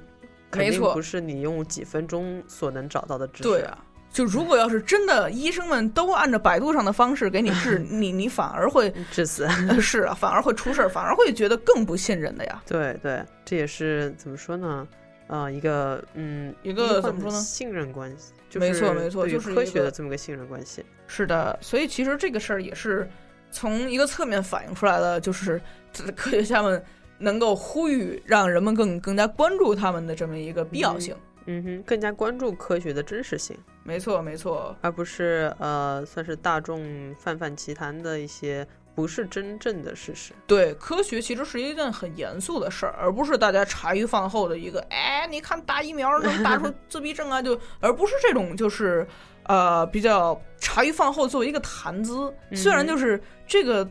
[SPEAKER 5] 肯
[SPEAKER 2] 没
[SPEAKER 5] 定
[SPEAKER 2] 错
[SPEAKER 5] 不是你用几分钟所能找到的知识。
[SPEAKER 2] 对啊，就如果要是真的医生们都按照百度上的方式给你治，你你反而会
[SPEAKER 5] 嗯至此，
[SPEAKER 2] 是啊，反而会出事儿，反而会觉得更不信任的呀。
[SPEAKER 5] 对对，这也是怎么说呢？呃，一个嗯，
[SPEAKER 2] 一个
[SPEAKER 5] 医患
[SPEAKER 2] 怎么说
[SPEAKER 5] 的
[SPEAKER 2] 呢
[SPEAKER 5] 信任关系，就
[SPEAKER 2] 没
[SPEAKER 5] 是
[SPEAKER 2] 错没错
[SPEAKER 5] 对于
[SPEAKER 2] 就是
[SPEAKER 5] 科
[SPEAKER 2] 一
[SPEAKER 5] 学的
[SPEAKER 2] 个
[SPEAKER 5] 这么个信任关系。
[SPEAKER 2] 是的，所以其实这个事儿也是从一个侧面反映出来了，就是这科学家们能够呼吁让人们更更加关注他们的这么一个必要性。
[SPEAKER 5] 嗯哼，更加关注科学的真实性。
[SPEAKER 2] 没错，没错，
[SPEAKER 5] 而不是呃，算是大众泛泛其谈的一些不是真正的事实。
[SPEAKER 2] 对，科学其实是一件很严肃的事儿，而不是大家茶余饭后的一个，哎，你看打疫苗能打 出自闭症啊，就而不是这种就是
[SPEAKER 5] 嗯
[SPEAKER 2] 呃比较茶余饭后作为一个谈资。虽然就是这个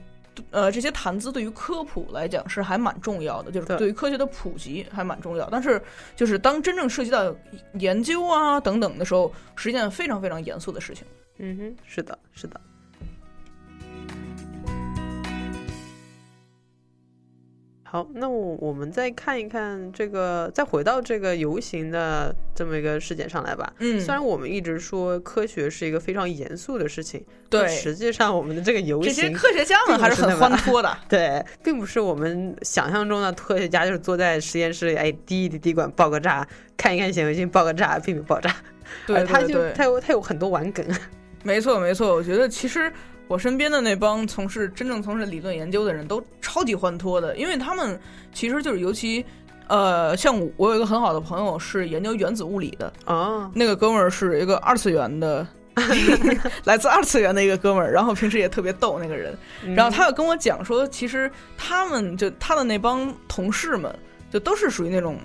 [SPEAKER 2] 呃，这些谈资对于科普来讲是还蛮重要的，就是
[SPEAKER 5] 对
[SPEAKER 2] 对于科学的普及还蛮重要。但是，就是当真正涉及到研究啊等等的时候，是一件非常非常严肃的事情。
[SPEAKER 5] 嗯哼，是的，是的。好，那我我们再看一看这个，再回到这个游行的这么一个事件上来吧。
[SPEAKER 2] 嗯
[SPEAKER 5] 虽然我们一直说科学是一个非常严肃的事情，
[SPEAKER 2] 对
[SPEAKER 5] 但实际上我们的这个游
[SPEAKER 2] 这些
[SPEAKER 5] 行，
[SPEAKER 2] 科学家们还是很欢脱 的。
[SPEAKER 5] 对，并不是我们想象中的科学家，就是坐在实验室里，哎，滴一滴滴管爆个炸，看一看显微镜爆个炸，并没有爆炸。
[SPEAKER 2] 对
[SPEAKER 5] 而他
[SPEAKER 2] 对
[SPEAKER 5] 就
[SPEAKER 2] 对，
[SPEAKER 5] 他有他有很多玩梗。
[SPEAKER 2] 没错没错。我觉得其实我身边的那帮从事真正从事理论研究的人都超级欢脱的，因为他们其实就是尤其。呃，像我我有一个很好的朋友是研究原子物理的，
[SPEAKER 5] 哦，
[SPEAKER 2] 那个哥们儿是一个二次元的， 来自二次元的一个哥们儿，然后平时也特别逗那个人。
[SPEAKER 5] 嗯
[SPEAKER 2] 然后他又跟我讲说，其实他们就他的那帮同事们，就都是属于那种，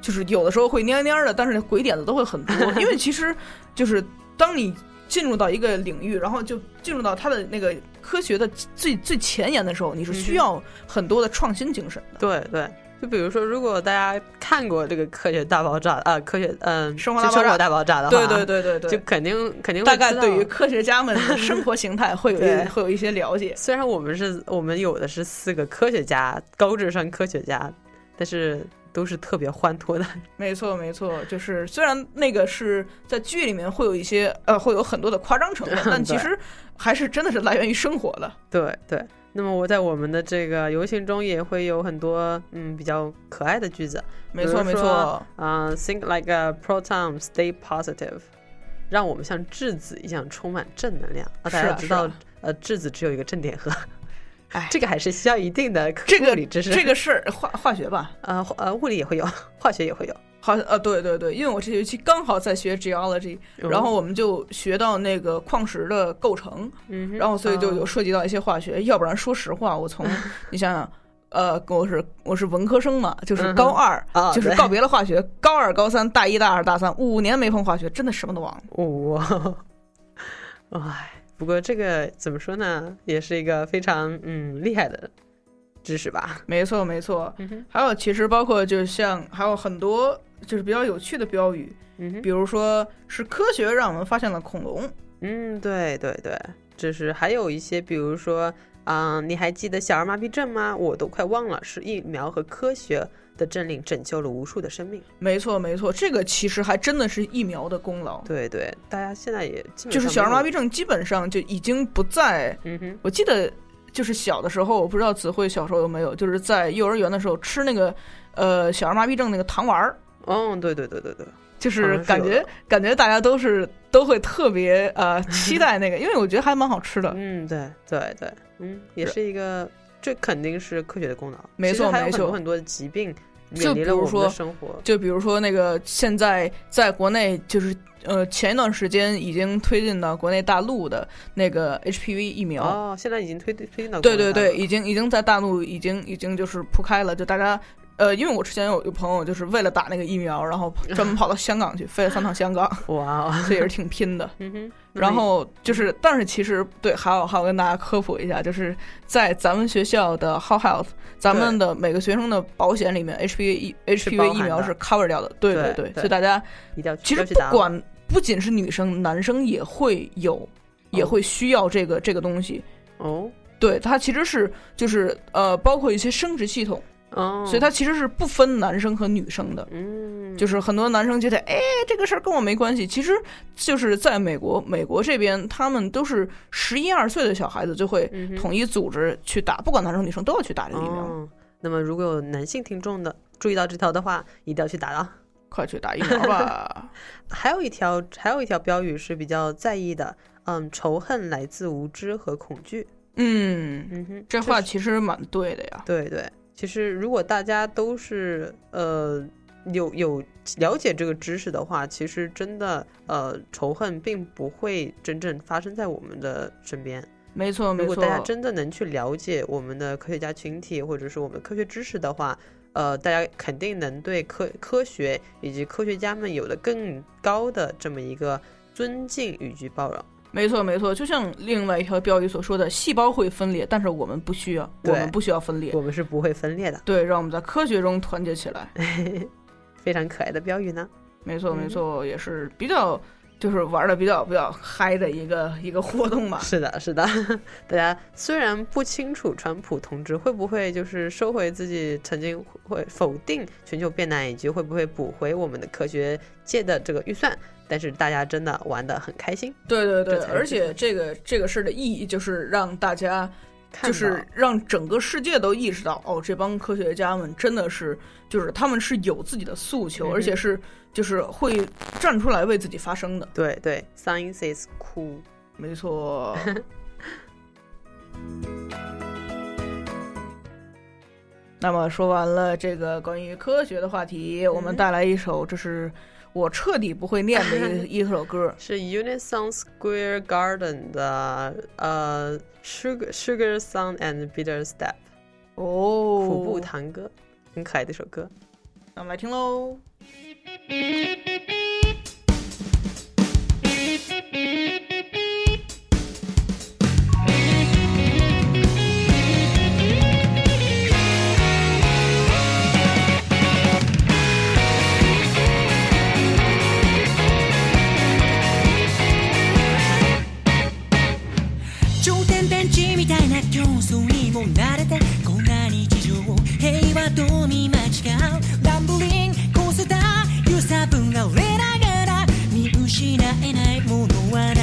[SPEAKER 2] 就是有的时候会蔫蔫的，但是鬼点子都会很 多。因为其实就是当你进入到一个领域，然后就进入到他的那个科学的最最前沿的时候，你是需要很多的创新精神的。
[SPEAKER 5] 对对，就比如说，如果大家看过这个《科学大爆炸》啊，科学嗯，
[SPEAKER 2] 生活
[SPEAKER 5] 就
[SPEAKER 2] 大爆炸
[SPEAKER 5] 大爆炸的话，
[SPEAKER 2] 对对对对对，
[SPEAKER 5] 就肯定肯定会
[SPEAKER 2] 大概
[SPEAKER 5] 知道
[SPEAKER 2] 对于。科学家们的生活形态 会有
[SPEAKER 5] 对
[SPEAKER 2] 一会有一些了解。
[SPEAKER 5] 虽然我们是我们有的是四个科学家，高智商科学家，但是都是特别欢脱的。，
[SPEAKER 2] 没错，没错，就是虽然那个是在剧里面会有一些呃，会有很多的夸张成分 但
[SPEAKER 5] 对
[SPEAKER 2] 其实还是真的是来源于生活的。
[SPEAKER 5] 对对。那么我在我们的这个游行中也会有很多嗯比较可爱的句子，
[SPEAKER 2] 没
[SPEAKER 5] 比
[SPEAKER 2] 错，
[SPEAKER 5] 如
[SPEAKER 2] 没
[SPEAKER 5] 说
[SPEAKER 2] 错，
[SPEAKER 5] 啊、t h i n k like a proton, stay positive，让我们像质子一样充满正能量。啊，
[SPEAKER 2] 是
[SPEAKER 5] 大家
[SPEAKER 2] 啊
[SPEAKER 5] 知
[SPEAKER 2] 是
[SPEAKER 5] 道，
[SPEAKER 2] 啊
[SPEAKER 5] 呃，质子只有一个正电荷，
[SPEAKER 2] 哎
[SPEAKER 5] 这个还是需要一定的
[SPEAKER 2] 这
[SPEAKER 5] 物
[SPEAKER 2] 个
[SPEAKER 5] 理知识。
[SPEAKER 2] 这个事儿化化学吧，
[SPEAKER 5] 呃化呃，物理也会有，化学也会有。
[SPEAKER 2] 好像呃，对对对，因为我这学期刚好在学 geology，、
[SPEAKER 5] 哦
[SPEAKER 2] 然后我们就学到那个矿石的构成，
[SPEAKER 5] 嗯哼
[SPEAKER 2] 然后所以就有涉及到一些化学。要不然说实话，我 从你想想。呃，我是我是文科生嘛，就是
[SPEAKER 5] 嗯哼
[SPEAKER 2] 高二，
[SPEAKER 5] 啊
[SPEAKER 2] 就是
[SPEAKER 5] 对
[SPEAKER 2] 告别了化学，高二、高三、大一、大二、大三，五年没碰化学，真的什么都忘了。
[SPEAKER 5] 哇，哎，不过这个怎么说呢，也是一个非常嗯厉害的知识吧。
[SPEAKER 2] 没错，没错。
[SPEAKER 5] 嗯哼，
[SPEAKER 2] 还有，其实包括就像还有很多就是比较有趣的标语，
[SPEAKER 5] 嗯哼
[SPEAKER 2] 比，如说是科学让我们发现了恐龙，
[SPEAKER 5] 嗯，对对对，就是还有一些，比如说，啊、你还记得小儿麻痹症吗？我都快忘了，是疫苗和科学的政令拯救了无数的生命。
[SPEAKER 2] 没错，没错，这个其实还真的是疫苗的功劳。
[SPEAKER 5] 对对，大家现在也基
[SPEAKER 2] 哦
[SPEAKER 5] 本
[SPEAKER 2] 就是
[SPEAKER 5] 上
[SPEAKER 2] 小儿
[SPEAKER 5] 没
[SPEAKER 2] 麻
[SPEAKER 5] 有
[SPEAKER 2] 痹，症基本上就已经不在，
[SPEAKER 5] 嗯哼，
[SPEAKER 2] 我记得就是小的时候，我不知道子慧小时候有没有，就是在幼儿园的时候吃那个呃小儿麻痹症那个糖丸儿，
[SPEAKER 5] 哦，对对对对对，
[SPEAKER 2] 就是
[SPEAKER 5] 好像是
[SPEAKER 2] 感
[SPEAKER 5] 有
[SPEAKER 2] 觉
[SPEAKER 5] 的
[SPEAKER 2] 感觉大家都是都会特别呃期待那个，因为我觉得还蛮好吃 的。
[SPEAKER 5] 嗯，对对对，嗯，也
[SPEAKER 2] 是
[SPEAKER 5] 是一个，这肯定是科学的功劳。
[SPEAKER 2] 没
[SPEAKER 5] 其实
[SPEAKER 2] 错
[SPEAKER 5] 还有
[SPEAKER 2] 没
[SPEAKER 5] 很多
[SPEAKER 2] 错
[SPEAKER 5] 很多的疾病
[SPEAKER 2] 就
[SPEAKER 5] 远离
[SPEAKER 2] 比
[SPEAKER 5] 了
[SPEAKER 2] 如
[SPEAKER 5] 我们的
[SPEAKER 2] 说
[SPEAKER 5] 生活。
[SPEAKER 2] 就比如说那个现在在国内就是呃前一段时间已经推进到国内大陆的那个 HPV 疫苗，
[SPEAKER 5] 哦，现在已经推推进到
[SPEAKER 2] 对
[SPEAKER 5] 国
[SPEAKER 2] 对
[SPEAKER 5] 内大
[SPEAKER 2] 对，
[SPEAKER 5] 陆
[SPEAKER 2] 已经已经在大陆已经已经就是铺开了，就大家。呃，因为我之前有有朋友就是为了打那个疫苗，然后专门跑到香港去，飞了三趟香港，
[SPEAKER 5] 了哇哦，
[SPEAKER 2] 所以也是挺拼的。
[SPEAKER 5] 嗯哼，那
[SPEAKER 2] 然
[SPEAKER 5] 么
[SPEAKER 2] 后就是，但是其实对，还有还有跟大家科普一下，就是在咱们学校的 How Health，咱们的每个学生的保险里面，HPV 疫
[SPEAKER 5] 包含
[SPEAKER 2] HPV 疫苗
[SPEAKER 5] 的
[SPEAKER 2] 是 cover 掉的。对
[SPEAKER 5] 对
[SPEAKER 2] 对
[SPEAKER 5] 对，
[SPEAKER 2] 所以大家
[SPEAKER 5] 一定要去
[SPEAKER 2] 其实
[SPEAKER 5] 要去
[SPEAKER 2] 不
[SPEAKER 5] 打
[SPEAKER 2] 管不仅是女生，男生也会有，也会需要这个这个东西。
[SPEAKER 5] 哦
[SPEAKER 2] 对，它其实是就是呃，包括一些生殖系统，
[SPEAKER 5] 哦，
[SPEAKER 2] 所以它其实是不分男生和女生的。
[SPEAKER 5] 嗯
[SPEAKER 2] 就是很多男生觉得，哎，这个事儿跟我没关系。其实就是在美国，美国这边他们都是十一二岁的小孩子就会
[SPEAKER 5] 嗯哼
[SPEAKER 2] 统一组织去打，不管男生女生都要去打这个疫苗，
[SPEAKER 5] 哦。那么如果有男性听众的注意到这条的话，一定要去打了。
[SPEAKER 2] 快去打疫苗 吧。
[SPEAKER 5] 还有一条，还有一条标语是比较在意的，嗯，仇恨来自无知和恐惧。
[SPEAKER 2] 嗯，
[SPEAKER 5] 嗯哼，
[SPEAKER 2] 这话
[SPEAKER 5] 是
[SPEAKER 2] 其实蛮对的呀。
[SPEAKER 5] 对对，其实如果大家都是呃有有了解这个知识的话，其实真的呃仇恨并不会真正发生在我们的身边。
[SPEAKER 2] 没错，
[SPEAKER 5] 如
[SPEAKER 2] 哦没
[SPEAKER 5] 果
[SPEAKER 2] 错
[SPEAKER 5] 大。家真的能去了解我们的科学家群体，或者是我们科学知识的话，呃，大家肯定能对科科学以及科学家们有了更高的这么一个尊敬以及包容。
[SPEAKER 2] 没错，没错，就像另外一条标语所说的，细胞会分裂，但是我们不需要，我
[SPEAKER 5] 对
[SPEAKER 2] 们不需要分裂
[SPEAKER 5] 我。们是不会分裂的，
[SPEAKER 2] 对，让我们在科学中团结起来。
[SPEAKER 5] 非常可爱的标语呢。
[SPEAKER 2] 没错，没错，也是比较就是玩的比较比较嗨的一个一个活动吧。
[SPEAKER 5] 是的，是的， 大家虽然不清楚川普同志会不会就是收回自己曾经会否定全球变暖以及会不会补回我们的科学界的这个预算，但是大家真的玩得很开心，
[SPEAKER 2] 对对对
[SPEAKER 5] 这，才是
[SPEAKER 2] 而且这个这个事儿的意义就是让大家，
[SPEAKER 5] 看
[SPEAKER 2] 就
[SPEAKER 5] 到
[SPEAKER 2] 是让整个世界都意识到，哦，这帮科学家们真的是，就是他们是有自己的诉求，
[SPEAKER 5] 嗯哼
[SPEAKER 2] 而且是就是会站出来为自己发声的。
[SPEAKER 5] 对对，science is cool。
[SPEAKER 2] 没 错，那么说完了这个关于科学的话题，我们带来一首，这是我彻底不会念的一一首歌。
[SPEAKER 5] 是 Unison Square Garden 的呃 Sugar Sugar Sun and Bitter Step
[SPEAKER 2] 哦，
[SPEAKER 5] 苦布堂歌，很可爱的一首歌。
[SPEAKER 2] 那我们来听喽。
[SPEAKER 10] 頂点電池みたいな競争にも慣れてこんな日常を平和と見間違うランブリンコースター揺さぶられながら見失えないものはなんだ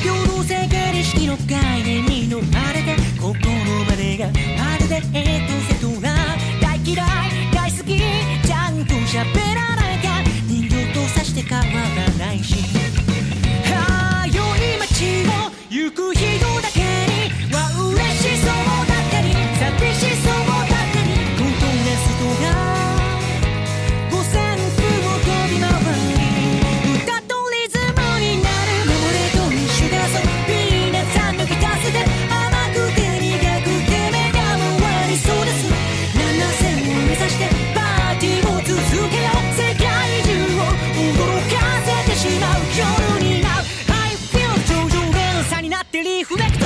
[SPEAKER 10] 平等性形式の概念に飲まれて心までがまるでエトセトラ大嫌い大好きちゃんと喋らなきゃ人形とさして変わらないしはよい街を行く人だけには嬉しそうだったり寂しそうだったりコントレストが五千歩を飛び回り歌とリズムになるマモレードにシュガーソーピーナッツ抜き出すで甘くて苦くて目が回りそうです7000を目指してパーティーを続けよう世界中を驚かせてしまう夜になる I feel 頂上が差になってリフレクト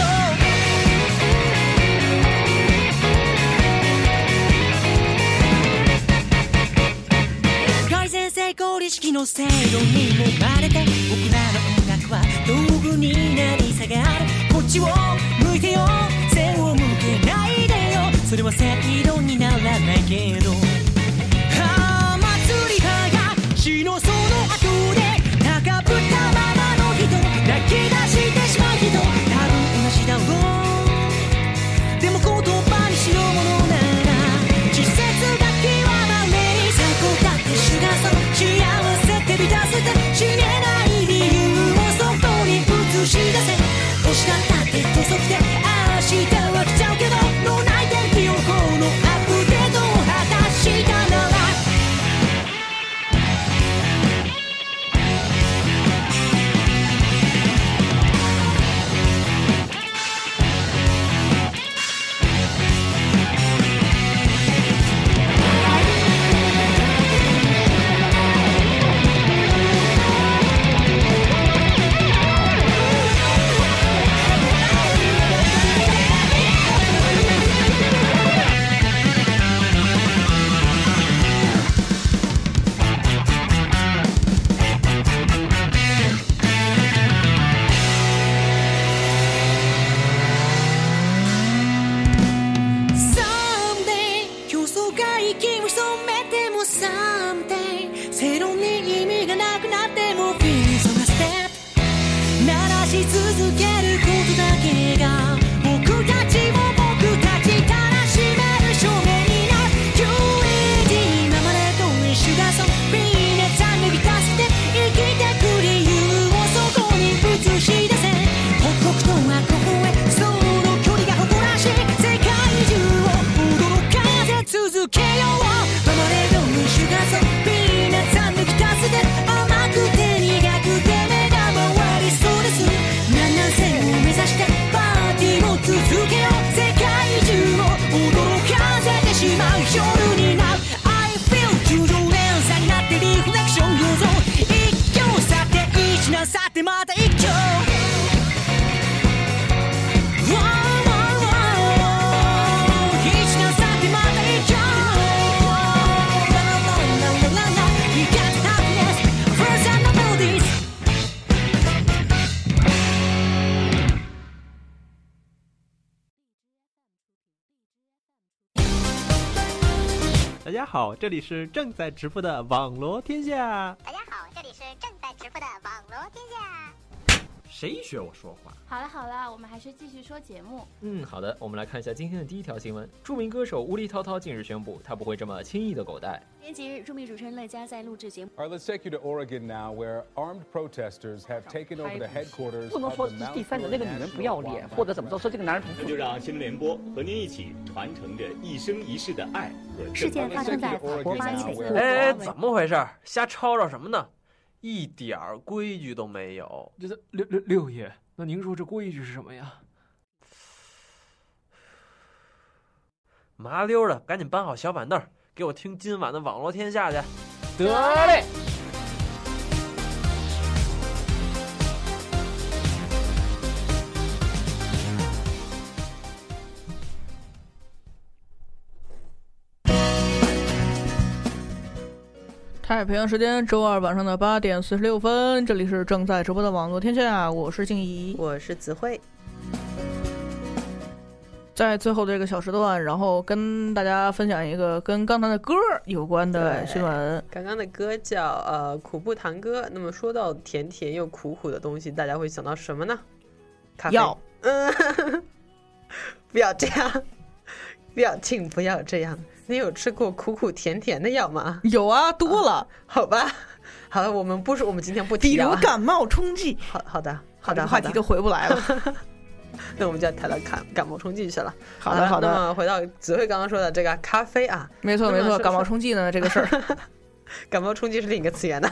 [SPEAKER 10] 改善成功意識の制度にもまれて僕らの音楽は道具になり下がるこっちを向いてよ背を向けないでよそれは正論にならないけどああ祭りはが死のその後で高ぶったままの人泣き出してしまう人多分同じだろうでも言葉にしようものなら稚拙が極まれに最高だってシュガーソー幸せってび出せて死ねない理由をそこに映し出せ星だったって細くて明日は来ちゃうけど脳内天気予報のアップデートを果たしたならサンデー競争が息を潜めてもサンデー正論に意味がなくなってもフィーズがステップ鳴らし続けることだけが僕たちを僕たちたらしめる証明になる QED ママレードにシュガーソーピーナッツ脱ぎ出して生きてく理由をそこに映し出せ北国とはここへその距離が誇らしい世界中を驚かせ続けようママレードにシュガーソーピーナッツ抜き出すで甘くて苦くて目が回りそうです7000を目指してパーティーを
[SPEAKER 11] 家好，这里是正在直播的网罗天下。
[SPEAKER 12] 大家好，这里是正在直播的网罗天下。
[SPEAKER 13] 谁学我说话？
[SPEAKER 12] 好了好了，我们还是继续说节目。
[SPEAKER 13] 嗯，好的，我们来看一下今天的第一条新闻。著名歌手无力涛涛近日宣布，他不会这么轻易的狗带。
[SPEAKER 12] 今天节日，著名主持人乐嘉在录制节目。
[SPEAKER 14] All right, let's take you to Oregon now, where armed protesters have taken over the headquarters
[SPEAKER 15] 不能
[SPEAKER 14] of
[SPEAKER 15] 说
[SPEAKER 14] the
[SPEAKER 15] 是
[SPEAKER 14] Mount
[SPEAKER 15] 第三者
[SPEAKER 14] Dora
[SPEAKER 15] 那个女人不要
[SPEAKER 14] National
[SPEAKER 15] 脸，
[SPEAKER 14] Wildlife
[SPEAKER 15] 或者怎么着说这个男人
[SPEAKER 16] 那就让新闻联播和您一起传承着一生一世的爱和正
[SPEAKER 12] 事件发生在法国巴黎北部。
[SPEAKER 17] 哎，怎么回事儿？瞎吵吵什么呢？一点儿规矩都没有。
[SPEAKER 7] 这这六六六爷，那您说这规矩是什么呀？
[SPEAKER 17] 麻溜儿的，赶紧搬好小板凳儿，给我听今晚的网络天下去。
[SPEAKER 7] 得嘞。
[SPEAKER 2] 太平洋时间周二晚上的八点四十六分，这里是正在直播的网络天下，我是静怡，
[SPEAKER 5] 我是子慧。
[SPEAKER 2] 在最后的这个小时段，然后跟大家分享一个跟刚才的歌儿有关的新闻。
[SPEAKER 5] 刚刚的歌叫呃《苦不糖歌》，那么说到甜甜又苦苦的东西，大家会想到什么呢？咖啡。
[SPEAKER 2] 药，
[SPEAKER 5] 嗯， 不要这样，表情不要这样。你有吃过苦苦甜甜的药吗？
[SPEAKER 2] 有啊，多了。
[SPEAKER 5] 好吧，好了，我们不说，我们今天不提
[SPEAKER 2] 比
[SPEAKER 5] 药
[SPEAKER 2] 如
[SPEAKER 5] 啊。
[SPEAKER 2] 感冒冲剂。
[SPEAKER 5] 好好的，好的，
[SPEAKER 2] 这个话
[SPEAKER 5] 好的
[SPEAKER 2] 题就回不来了。
[SPEAKER 5] 那我们就要谈到感感冒冲剂去了。
[SPEAKER 2] 好的
[SPEAKER 5] 了
[SPEAKER 2] 好的
[SPEAKER 5] 啊那么回到子慧刚刚说的这个咖啡啊，
[SPEAKER 2] 没错没
[SPEAKER 5] 那么
[SPEAKER 2] 错，
[SPEAKER 5] 是
[SPEAKER 2] 感冒冲剂呢这个 事儿，
[SPEAKER 5] 感冒冲剂是另一个词源的。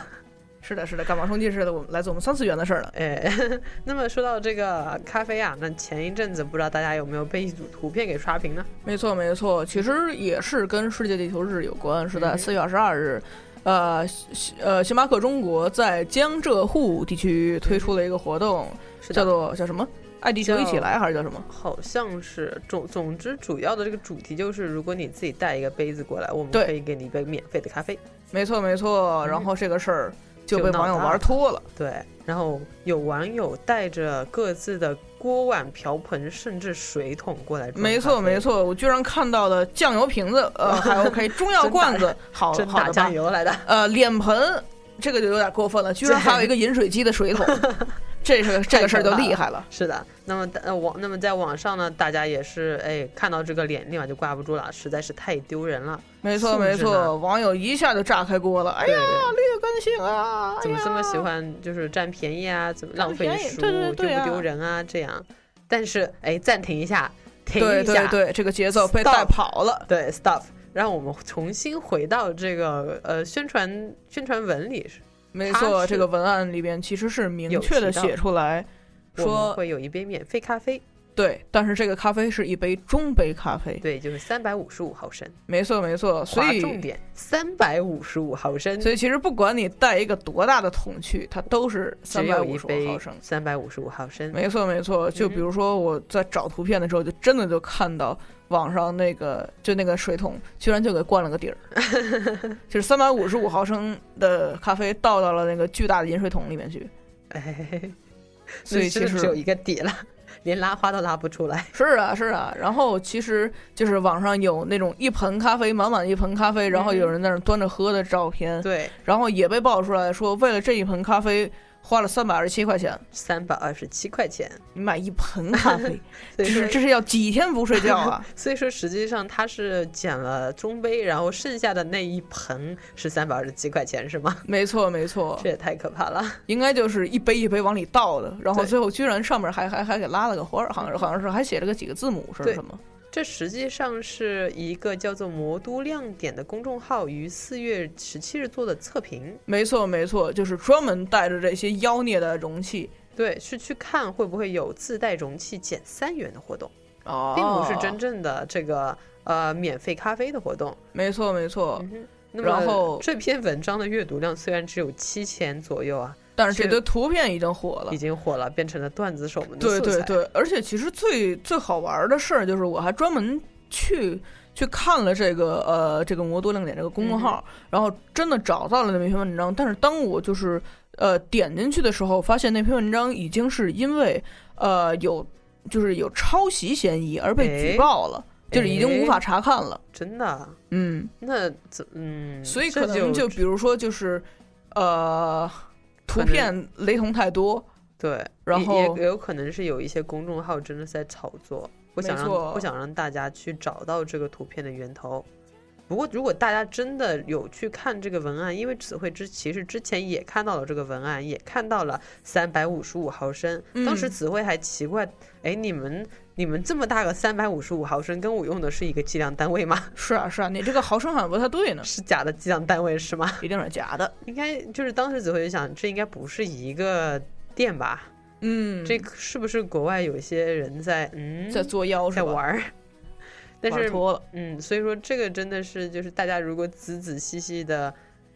[SPEAKER 2] 是的是的，感冒冲剂是我们来自我们三次元的事儿了。
[SPEAKER 5] 哎， 那么说到这个咖啡啊，那前一阵子不知道大家有没有被一组图片给刷屏呢？
[SPEAKER 2] 没错没错，其实也是跟世界地球日有关，是
[SPEAKER 5] 嗯
[SPEAKER 2] 在
[SPEAKER 5] 哼
[SPEAKER 2] 四月二十二日。呃，西呃，星巴克中国在江浙沪地区推出了一个活动，
[SPEAKER 5] 是的嗯
[SPEAKER 2] 叫做叫什么？爱地球一起来还是叫什么？
[SPEAKER 5] 好像是总总之主要的这个主题就是，如果你自己带一个杯子过来，我们
[SPEAKER 2] 对
[SPEAKER 5] 可以给你一杯免费的咖啡。
[SPEAKER 2] 没错没错。然后这个事儿就被网友玩脱。了。
[SPEAKER 5] 对，然后有网友带着各自的锅碗瓢盆，甚至水桶过来装咖啡。
[SPEAKER 2] 没错没错，我居然看到了酱油瓶子，呃，还 OK，中药
[SPEAKER 5] 真打
[SPEAKER 2] 罐子，好
[SPEAKER 5] 真
[SPEAKER 2] 好
[SPEAKER 5] 打
[SPEAKER 2] 的吧
[SPEAKER 5] 酱？油来的。
[SPEAKER 2] 呃，脸盆这个就有点过分了，居然还有一个饮水机的水 桶，这是这个事儿就厉害了。
[SPEAKER 5] 是的，那么呃网那么在网上呢，大家也是哎看到这个脸立马就挂不住了，实在是太丢人了。
[SPEAKER 2] 没错
[SPEAKER 5] 素质
[SPEAKER 2] 没
[SPEAKER 5] 呢
[SPEAKER 2] 错，网友一下就炸开锅了。哎呀，劣根性啊！
[SPEAKER 5] 怎么这么喜欢就是占便宜啊？怎么浪费
[SPEAKER 2] 占便宜
[SPEAKER 5] 食物
[SPEAKER 2] 对对对
[SPEAKER 5] 丢
[SPEAKER 2] 啊
[SPEAKER 5] 不丢人啊？这样，但是哎，暂停一下，停
[SPEAKER 2] 对
[SPEAKER 5] 一下，
[SPEAKER 2] 对对，这个节奏被带跑了。
[SPEAKER 5] 对，stop，让我们重新回到这个呃宣传宣传文里，
[SPEAKER 2] 没
[SPEAKER 5] 它
[SPEAKER 2] 错，
[SPEAKER 5] 是
[SPEAKER 2] 这个文案里边其实是明确的写出来
[SPEAKER 5] 我们
[SPEAKER 2] 说，
[SPEAKER 5] 会有一杯免费咖啡，
[SPEAKER 2] 对，但是这个咖啡是一杯中杯咖啡。
[SPEAKER 5] 对，就是三百五十五毫升。
[SPEAKER 2] 没错没错，所
[SPEAKER 5] 划
[SPEAKER 2] 以
[SPEAKER 5] 重点，三百五十五毫升，
[SPEAKER 2] 所以其实不管你带一个多大的桶去，它都是三
[SPEAKER 5] 只
[SPEAKER 2] 百
[SPEAKER 5] 有
[SPEAKER 2] 五
[SPEAKER 5] 一
[SPEAKER 2] 十
[SPEAKER 5] 杯
[SPEAKER 2] 五毫升。
[SPEAKER 5] 三百五十五毫升，
[SPEAKER 2] 没错没错，就
[SPEAKER 5] 嗯
[SPEAKER 2] 比如说我在找图片的时候，就真的就看到网上那个就那个水桶，居然就给灌了个底 儿，就是三百五十五毫升的咖啡倒到了那个巨大的饮水桶里面去。
[SPEAKER 5] 哎，
[SPEAKER 2] 所以
[SPEAKER 5] 那真
[SPEAKER 2] 其
[SPEAKER 5] 的
[SPEAKER 2] 实
[SPEAKER 5] 只有一个底了， 连拉花都拉不出来。
[SPEAKER 2] 是啊，是啊。然后其实就是网上有那种一盆咖啡，满满一盆咖啡，然后有人在那儿端着喝的照片。
[SPEAKER 5] 嗯对，
[SPEAKER 2] 然后也被爆出来说，为了这一盆咖啡花了三百二十七块钱。
[SPEAKER 5] 三百二十七块钱，
[SPEAKER 2] 你买一盆咖 啡，
[SPEAKER 5] 所
[SPEAKER 2] 这
[SPEAKER 5] 以
[SPEAKER 2] 是
[SPEAKER 5] 说
[SPEAKER 2] 这是要几天不睡觉啊？
[SPEAKER 5] 所以说，实际上他是减了中杯，然后剩下的那一盆是三百二十七块钱，是吗？
[SPEAKER 2] 没错，没错，
[SPEAKER 5] 这也太可怕了。
[SPEAKER 2] 应该就是一杯一杯往里倒的，然后
[SPEAKER 5] 对
[SPEAKER 2] 最后居然上面还还还给拉了个花儿，好像是好像是还写了个几个字母是
[SPEAKER 5] 对
[SPEAKER 2] 什么？
[SPEAKER 5] 这实际上是一个叫做“魔都亮点”的公众号于四月十七日做的测评，
[SPEAKER 2] 没错，没错，就是专门带着这些妖孽的容器。
[SPEAKER 5] 对，是去看会不会有自带容器减三元的活动，
[SPEAKER 2] 哦
[SPEAKER 5] 并不是真正的这个呃免费咖啡的活动。嗯
[SPEAKER 2] 没错，没错。
[SPEAKER 5] 那么
[SPEAKER 2] 哦然后，
[SPEAKER 5] 这篇文章的阅读量虽然只有七千左右啊，
[SPEAKER 2] 但是这堆图片已经火了
[SPEAKER 5] 已。经火了，变成了段子手们的
[SPEAKER 2] 对
[SPEAKER 5] 素材。
[SPEAKER 2] 对对，而且其实最最好玩的事儿就是，我还专门去去看了这个呃这个魔多亮点这个公众号，
[SPEAKER 5] 嗯
[SPEAKER 2] 然后真的找到了那篇文章。但是当我就是呃点进去的时候，发现那篇文章已经是因为呃有就是有抄袭嫌疑而被
[SPEAKER 5] 哎
[SPEAKER 2] 举报了。就是已经无法查看了。
[SPEAKER 5] 真的，啊
[SPEAKER 2] 嗯，
[SPEAKER 5] 那怎嗯，
[SPEAKER 2] 所以
[SPEAKER 5] 这
[SPEAKER 2] 可能就比如说就是，呃，图片雷同太多，
[SPEAKER 5] 对，
[SPEAKER 2] 然
[SPEAKER 5] 也
[SPEAKER 2] 后
[SPEAKER 5] 也有可能是有一些公众号真的在炒作，不想
[SPEAKER 2] 没错
[SPEAKER 5] 让不想让大家去找到这个图片的源头。不过，如果大家真的有去看这个文案，因为词汇之其实之前也看到了这个文案，也看到了三百五十五毫升。当时
[SPEAKER 2] 嗯
[SPEAKER 5] 词汇还奇怪，哎，你们你们这么大个三百五十五毫升，跟我用的是一个计量单位吗？
[SPEAKER 2] 是啊是啊，你这个毫升好像不太对呢，
[SPEAKER 5] 是假的计量单位是吗？
[SPEAKER 2] 一定是假的。
[SPEAKER 5] 应该就是当时子慧就想，这应该不是一个店吧？
[SPEAKER 2] 嗯，
[SPEAKER 5] 这个是不是国外有一些人在嗯
[SPEAKER 2] 在作妖是
[SPEAKER 5] 在
[SPEAKER 2] 吧？
[SPEAKER 5] 玩儿？ 但
[SPEAKER 2] 玩
[SPEAKER 5] 是
[SPEAKER 2] 脱了，
[SPEAKER 5] 嗯，所以说这个真的是就是大家如果仔仔细细的，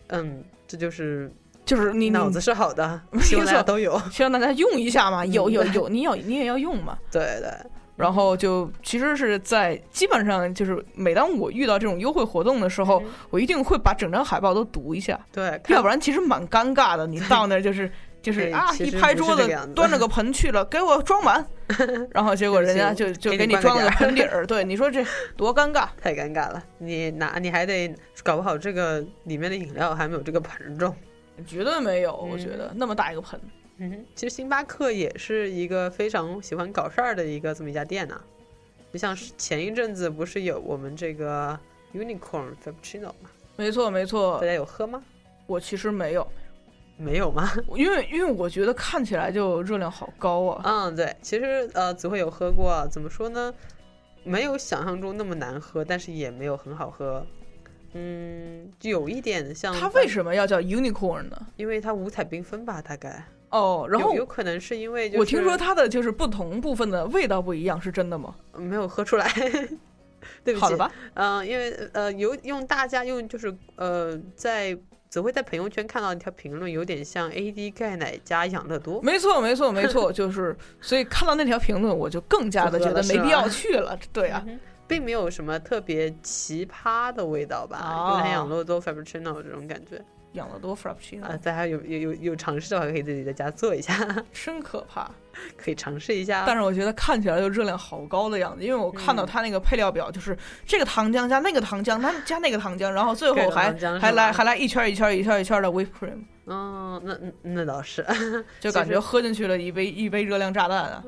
[SPEAKER 5] 嗯，这就是
[SPEAKER 2] 就是 你
[SPEAKER 5] 脑子是 好的，
[SPEAKER 2] 没
[SPEAKER 5] 希望大家
[SPEAKER 2] 错
[SPEAKER 5] 都有。
[SPEAKER 2] 希望大家用一下嘛，有有
[SPEAKER 5] 嗯
[SPEAKER 2] 有，你有你也要用嘛。
[SPEAKER 5] 对对，
[SPEAKER 2] 然后就其实是在基本上就是每当我遇到这种优惠活动的时
[SPEAKER 5] 嗯
[SPEAKER 2] 候，我一定会把整张海报都读一下，
[SPEAKER 5] 对，
[SPEAKER 2] 要不然其实蛮尴尬的。你到那儿 就是就是
[SPEAKER 5] 嗯对
[SPEAKER 2] 啊，
[SPEAKER 5] 其
[SPEAKER 2] 一
[SPEAKER 5] 实
[SPEAKER 2] 拍
[SPEAKER 5] 不是
[SPEAKER 2] 桌
[SPEAKER 5] 这
[SPEAKER 2] 子
[SPEAKER 5] 个样子
[SPEAKER 2] 端着 个盆去了，给我装满，然后结果人家就就
[SPEAKER 5] 给
[SPEAKER 2] 给
[SPEAKER 5] 你
[SPEAKER 2] 你
[SPEAKER 5] 灌个
[SPEAKER 2] 装了个
[SPEAKER 5] 底儿
[SPEAKER 2] 盆底 儿，对，你说这多尴尬。
[SPEAKER 5] 太尴尬了。你拿你还得搞不好这个里面的饮料还没有这个盆重。
[SPEAKER 2] 绝对没有，我觉得那么大一个盆，
[SPEAKER 5] 嗯，其实星巴克也是一个非常喜欢搞事儿的一个这么一家店呐、就像是前一阵子不是有我们这个 Unicorn Frappuccino 嘛，
[SPEAKER 2] 没错没错
[SPEAKER 5] 大，家有喝吗？
[SPEAKER 2] 我其实没有，
[SPEAKER 5] 没有吗？
[SPEAKER 2] 因为因为我觉得看起来就热量好高啊，
[SPEAKER 5] 嗯，对，其实呃，子慧有喝过，怎么说呢？没有想象中那么难喝，但是也没有很好喝。嗯，有一点像
[SPEAKER 2] 它为什么要叫 unicorn 呢？
[SPEAKER 5] 因为它五彩缤纷吧，大概。
[SPEAKER 2] 哦，然后
[SPEAKER 5] 有有可能是因为、就是、
[SPEAKER 2] 我听说它的就是不同部分的味道不一样，是真的吗？
[SPEAKER 5] 没有喝出来。 对不起，
[SPEAKER 2] 好了吧？
[SPEAKER 5] 嗯、因为呃，有用大家用就是呃，在只会在朋友圈看到一条评论，有点像 AD 钙奶加养乐多。
[SPEAKER 2] 没错，没错，没错， 就是所以看到那条评论，我就更加的觉得没必要去了。 对啊，
[SPEAKER 5] 嗯并没有什么特别奇葩的味道吧，
[SPEAKER 2] 哦
[SPEAKER 5] 有点养乐多 Frappuccino 这种感觉
[SPEAKER 2] 养乐多 frappuccino，、
[SPEAKER 5] 啊。大家有有有有尝试的话，可以自己在家做一下，
[SPEAKER 2] 真可
[SPEAKER 5] 啊
[SPEAKER 2] 怕。
[SPEAKER 5] 可以尝试一下。
[SPEAKER 2] 但是我觉得看起来就热量好高的样子，因为我
[SPEAKER 5] 嗯
[SPEAKER 2] 看到它那个配料表，就是这个糖浆加那个糖浆，它加那个糖浆，然后最
[SPEAKER 5] 各
[SPEAKER 2] 后
[SPEAKER 5] 种
[SPEAKER 2] 还
[SPEAKER 5] 糖浆是吧
[SPEAKER 2] 还来还来一圈儿一圈儿一圈儿一圈儿的 whipped cream，
[SPEAKER 5] 嗯，那那那倒是，
[SPEAKER 2] 就感
[SPEAKER 5] 其
[SPEAKER 2] 觉
[SPEAKER 5] 实
[SPEAKER 2] 喝进去了一杯一杯热量炸弹啊！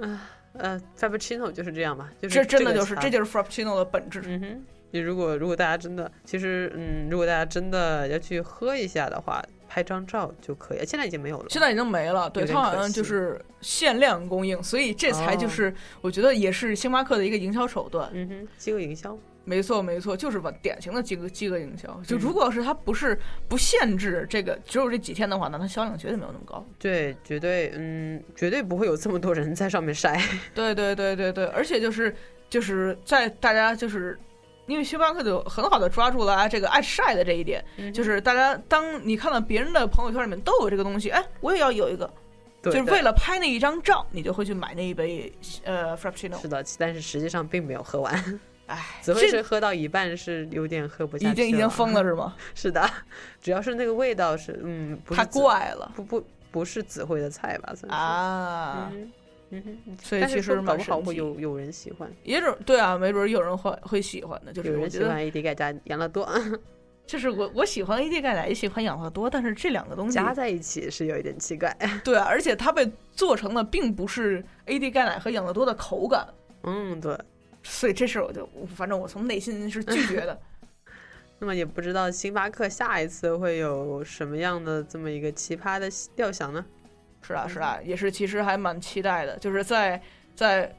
[SPEAKER 5] 呃，Frappuccino 就是这样吧，就是
[SPEAKER 2] 这真的
[SPEAKER 5] 个
[SPEAKER 2] 就是
[SPEAKER 5] 茶
[SPEAKER 2] 这就是 frappuccino 的本质。
[SPEAKER 5] 嗯哼，你如果如果大家真的，其实嗯，如果大家真的要去喝一下的话，拍张照就可以。现在已经没有了，
[SPEAKER 2] 现在已经没了，对，
[SPEAKER 5] 有点
[SPEAKER 2] 它好
[SPEAKER 5] 可
[SPEAKER 2] 像
[SPEAKER 5] 惜哦
[SPEAKER 2] 就是限量供应，所以这才就是、我觉得也是星巴克的一个营销手段。
[SPEAKER 5] 嗯哼，饥饿营销。
[SPEAKER 2] 没错，没错，就是吧，典型的饥饿饥饿营销。
[SPEAKER 5] 嗯
[SPEAKER 2] 就如果要是它不是不限制这个只有这几天的话，那它销量绝对没有那么高。
[SPEAKER 5] 对，绝对嗯，绝对不会有这么多人在上面晒。
[SPEAKER 2] 对对对对对，而且就是就是在大家就是。因为星巴克就很好的抓住了啊这个爱晒的这一点，
[SPEAKER 5] 嗯 哼
[SPEAKER 2] 就是大家当你看到别人的朋友圈里面都有这个东西，哎，我也要有一个，
[SPEAKER 5] 对
[SPEAKER 2] 就是
[SPEAKER 5] 对
[SPEAKER 2] 为了拍那一张照，你就会去买那一杯呃 frappuccino。
[SPEAKER 5] 是的，但是实际上并没有喝完。
[SPEAKER 2] 哎，
[SPEAKER 5] 只会
[SPEAKER 2] 这
[SPEAKER 5] 是啊喝到一半是有点喝不下去
[SPEAKER 2] 已经已经疯了是吗？
[SPEAKER 5] 是的， 主要是那个味道是嗯，不是
[SPEAKER 2] 太
[SPEAKER 5] 紫
[SPEAKER 2] 怪了，
[SPEAKER 5] 不不不是子慧的菜吧？算是
[SPEAKER 2] 啊
[SPEAKER 5] 嗯哼嗯哼，
[SPEAKER 2] 所以
[SPEAKER 5] 但是
[SPEAKER 2] 其实
[SPEAKER 5] 说搞
[SPEAKER 2] 蛮
[SPEAKER 5] 不好
[SPEAKER 2] 神
[SPEAKER 5] 会
[SPEAKER 2] 奇
[SPEAKER 5] 有有人喜欢。
[SPEAKER 2] 也准对啊，没准有人会会喜欢的，就是
[SPEAKER 5] 有
[SPEAKER 2] 我
[SPEAKER 5] 人
[SPEAKER 2] 觉
[SPEAKER 5] 喜欢
[SPEAKER 2] 得，
[SPEAKER 5] AD 钙加养乐多，
[SPEAKER 2] 就是我我喜欢 AD 钙奶，也喜欢养乐多，但是这两个东西
[SPEAKER 5] 加在一起是有一点奇怪。
[SPEAKER 2] 对啊，而且它被做成了并不是 AD 钙奶和养乐多的口感，
[SPEAKER 5] 嗯，对。
[SPEAKER 2] 所以这事儿我就我反正我从内心是拒绝的。
[SPEAKER 5] 那么也不知道星巴克下一次会有什么样的这么一个奇葩的料想呢？
[SPEAKER 2] 是啊是啊，
[SPEAKER 5] 嗯
[SPEAKER 2] 也是其实还蛮期待的，就是在在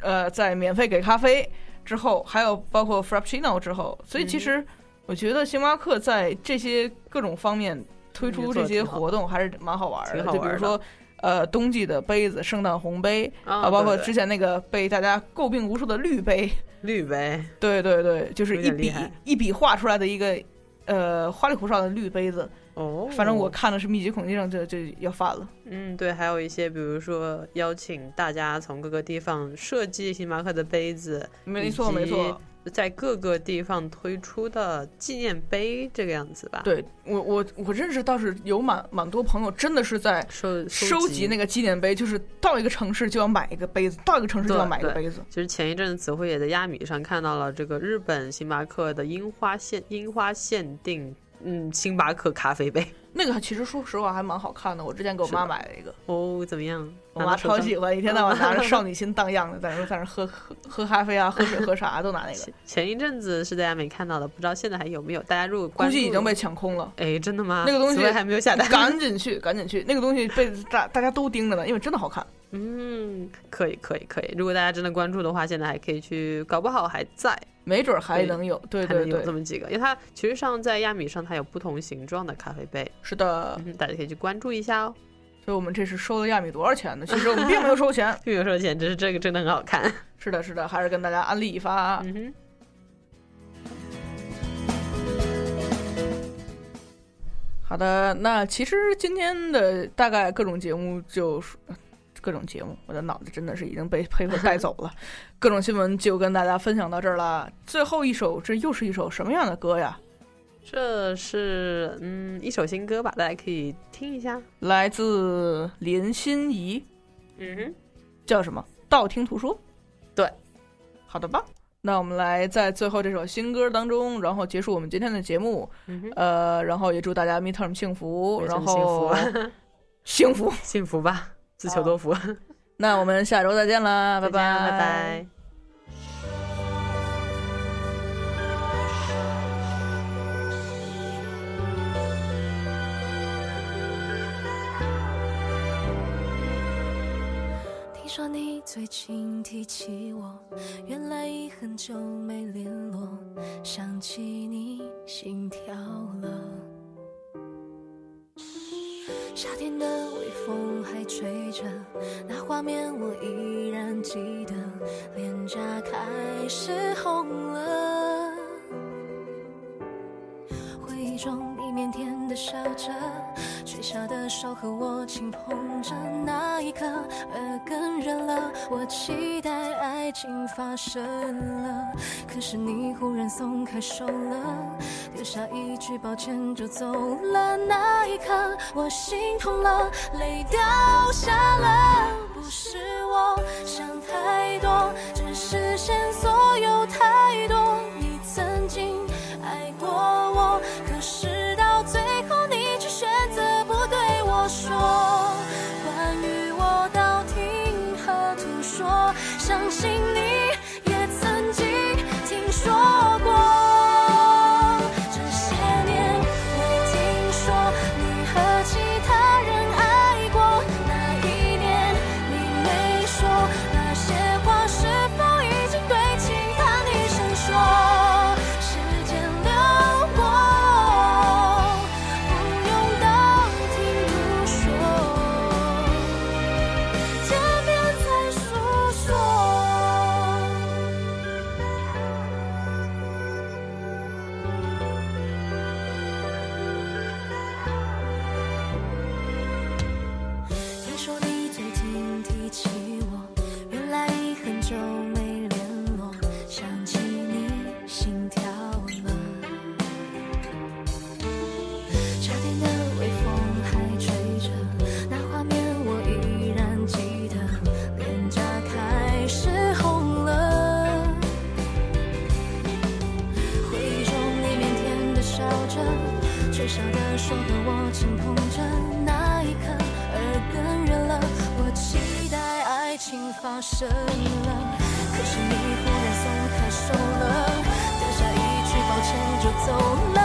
[SPEAKER 2] 呃在免费给咖啡之后，还有包括 Frappuccino 之后，所以
[SPEAKER 5] 嗯
[SPEAKER 2] 其实我觉得星巴克在这些各种方面推
[SPEAKER 5] 嗯
[SPEAKER 2] 出
[SPEAKER 5] 做得
[SPEAKER 2] 这些
[SPEAKER 5] 挺好
[SPEAKER 2] 活动还是蛮好玩儿的，
[SPEAKER 5] 挺好
[SPEAKER 2] 就比
[SPEAKER 5] 玩儿
[SPEAKER 2] 如
[SPEAKER 5] 的
[SPEAKER 2] 说。呃，冬季的杯子，圣诞红杯
[SPEAKER 5] 啊
[SPEAKER 2] 包括
[SPEAKER 5] 对对
[SPEAKER 2] 之前那个被大家诟病无数的绿 杯，
[SPEAKER 5] 绿杯，
[SPEAKER 2] 对对对，就是
[SPEAKER 5] 有
[SPEAKER 2] 一
[SPEAKER 5] 点厉
[SPEAKER 2] 笔
[SPEAKER 5] 害
[SPEAKER 2] 一笔画出来的一个呃花里胡哨的绿杯子，
[SPEAKER 5] 哦
[SPEAKER 2] 反正我看的是密集恐惧症就就要犯了。
[SPEAKER 5] 嗯，对，还有一些比如说邀请大家从各个地方设计星巴克的杯子，
[SPEAKER 2] 没错没错，
[SPEAKER 5] 在各个地方推出的纪念碑这个样子吧？
[SPEAKER 2] 对我我我认识倒是有蛮蛮多朋友，真的是在
[SPEAKER 5] 收
[SPEAKER 2] 收集那个纪念碑，就是到一个城市就要买一个杯子，到一个城市就要买一个杯子。
[SPEAKER 5] 就是前一阵子，子慧也在亚米上看到了这个日本星巴克的樱花限樱花限定，嗯，星巴克咖啡杯。
[SPEAKER 2] 那个其实说实话还蛮好看的，我之前给我妈买了一个。
[SPEAKER 5] 哦，怎么样？
[SPEAKER 2] 我妈
[SPEAKER 5] 拿到手
[SPEAKER 2] 超
[SPEAKER 5] 上
[SPEAKER 2] 喜欢，一天到晚 拿着少女心荡漾的，在那儿在那儿喝喝喝咖啡啊，喝水喝茶都拿那个。
[SPEAKER 5] 前一阵子是在亚美看到的，不知道现在还有没有？大家如果
[SPEAKER 2] 估
[SPEAKER 5] 关注
[SPEAKER 2] 计已经被抢空了。
[SPEAKER 5] 哎，真的吗？
[SPEAKER 2] 那个东西
[SPEAKER 5] 此外还没有 下单，
[SPEAKER 2] 赶紧去，赶紧去！那个东西被大大家都盯着呢，因为真的好看。
[SPEAKER 5] 嗯，可以，可以，可以。如果大家真的关注的话，现在还可以去，搞不好还在，
[SPEAKER 2] 没准儿还能有对
[SPEAKER 5] 还
[SPEAKER 2] 对
[SPEAKER 5] 能有
[SPEAKER 2] 对
[SPEAKER 5] 这么几个，因为它其实上在亚米上，它有不同形状的咖啡杯，嗯
[SPEAKER 2] 是的、
[SPEAKER 5] 大家可以去关注一下哦。
[SPEAKER 2] 所以我们这是收了亚米多少钱呢？其实我们并没有收钱，
[SPEAKER 5] 并没有收钱，只是这个真的很好看。
[SPEAKER 2] 是的，是的，还是跟大家安利一发。啊
[SPEAKER 5] 嗯哼。
[SPEAKER 2] 好的，那其实今天的大概各种节目就是各种节目，我的脑子真的是已经被配合带走 了。各种新闻就跟大家分享到这儿啦。最后一首，这又是一首什么样的歌呀？
[SPEAKER 5] 这是嗯一首新歌吧，大家可以听一下。
[SPEAKER 2] 来自林心怡，
[SPEAKER 5] 嗯哼，
[SPEAKER 2] 叫什么？道听途说。
[SPEAKER 5] 对，
[SPEAKER 2] 好的吧。那我们来在最后这首新歌当中，然后结束我们今天的节目。
[SPEAKER 5] 嗯哼
[SPEAKER 2] 呃，然后也祝大家 midterm 幸福，
[SPEAKER 5] 非
[SPEAKER 2] 然
[SPEAKER 5] 常
[SPEAKER 2] 后
[SPEAKER 5] 幸
[SPEAKER 2] 幸
[SPEAKER 5] 福
[SPEAKER 2] 福
[SPEAKER 5] 幸福吧，自求多福。
[SPEAKER 2] 那我们下周再见啦，拜
[SPEAKER 5] 拜拜拜。
[SPEAKER 15] 听说你最近提起我，原来已很久没联络，想起你心跳了。夏天的微风还吹着，那画面我依然记得，脸颊开始红了。回忆中你腼腆的笑着，垂下的手和我轻碰着，那一刻耳根热了，我期待爱情发生了，可是你忽然松开手了，丢下一句抱歉就走了，那一刻我心痛了，泪掉下了，不是我想太多，只是线索有太多，你曾经爱过我，可是到最后你却选择不对我说。关于我道听和途说，相信你也曾经听说过。这些年我听说你和其他人爱过，那一年你没说那些话，是否已经对其他女生说？时间流过，不用道听途说，见面才诉说。听说你最近提起我，原来已很久没联络，想起你心跳了。夏天的微风还吹着，那画面我依然记得，脸颊开始红了。回忆中你腼腆的笑着，垂下的手和我轻碰着，那一刻耳根热了，我期待爱情发生了，可是你忽然松开手了，丢下一句抱歉就走了。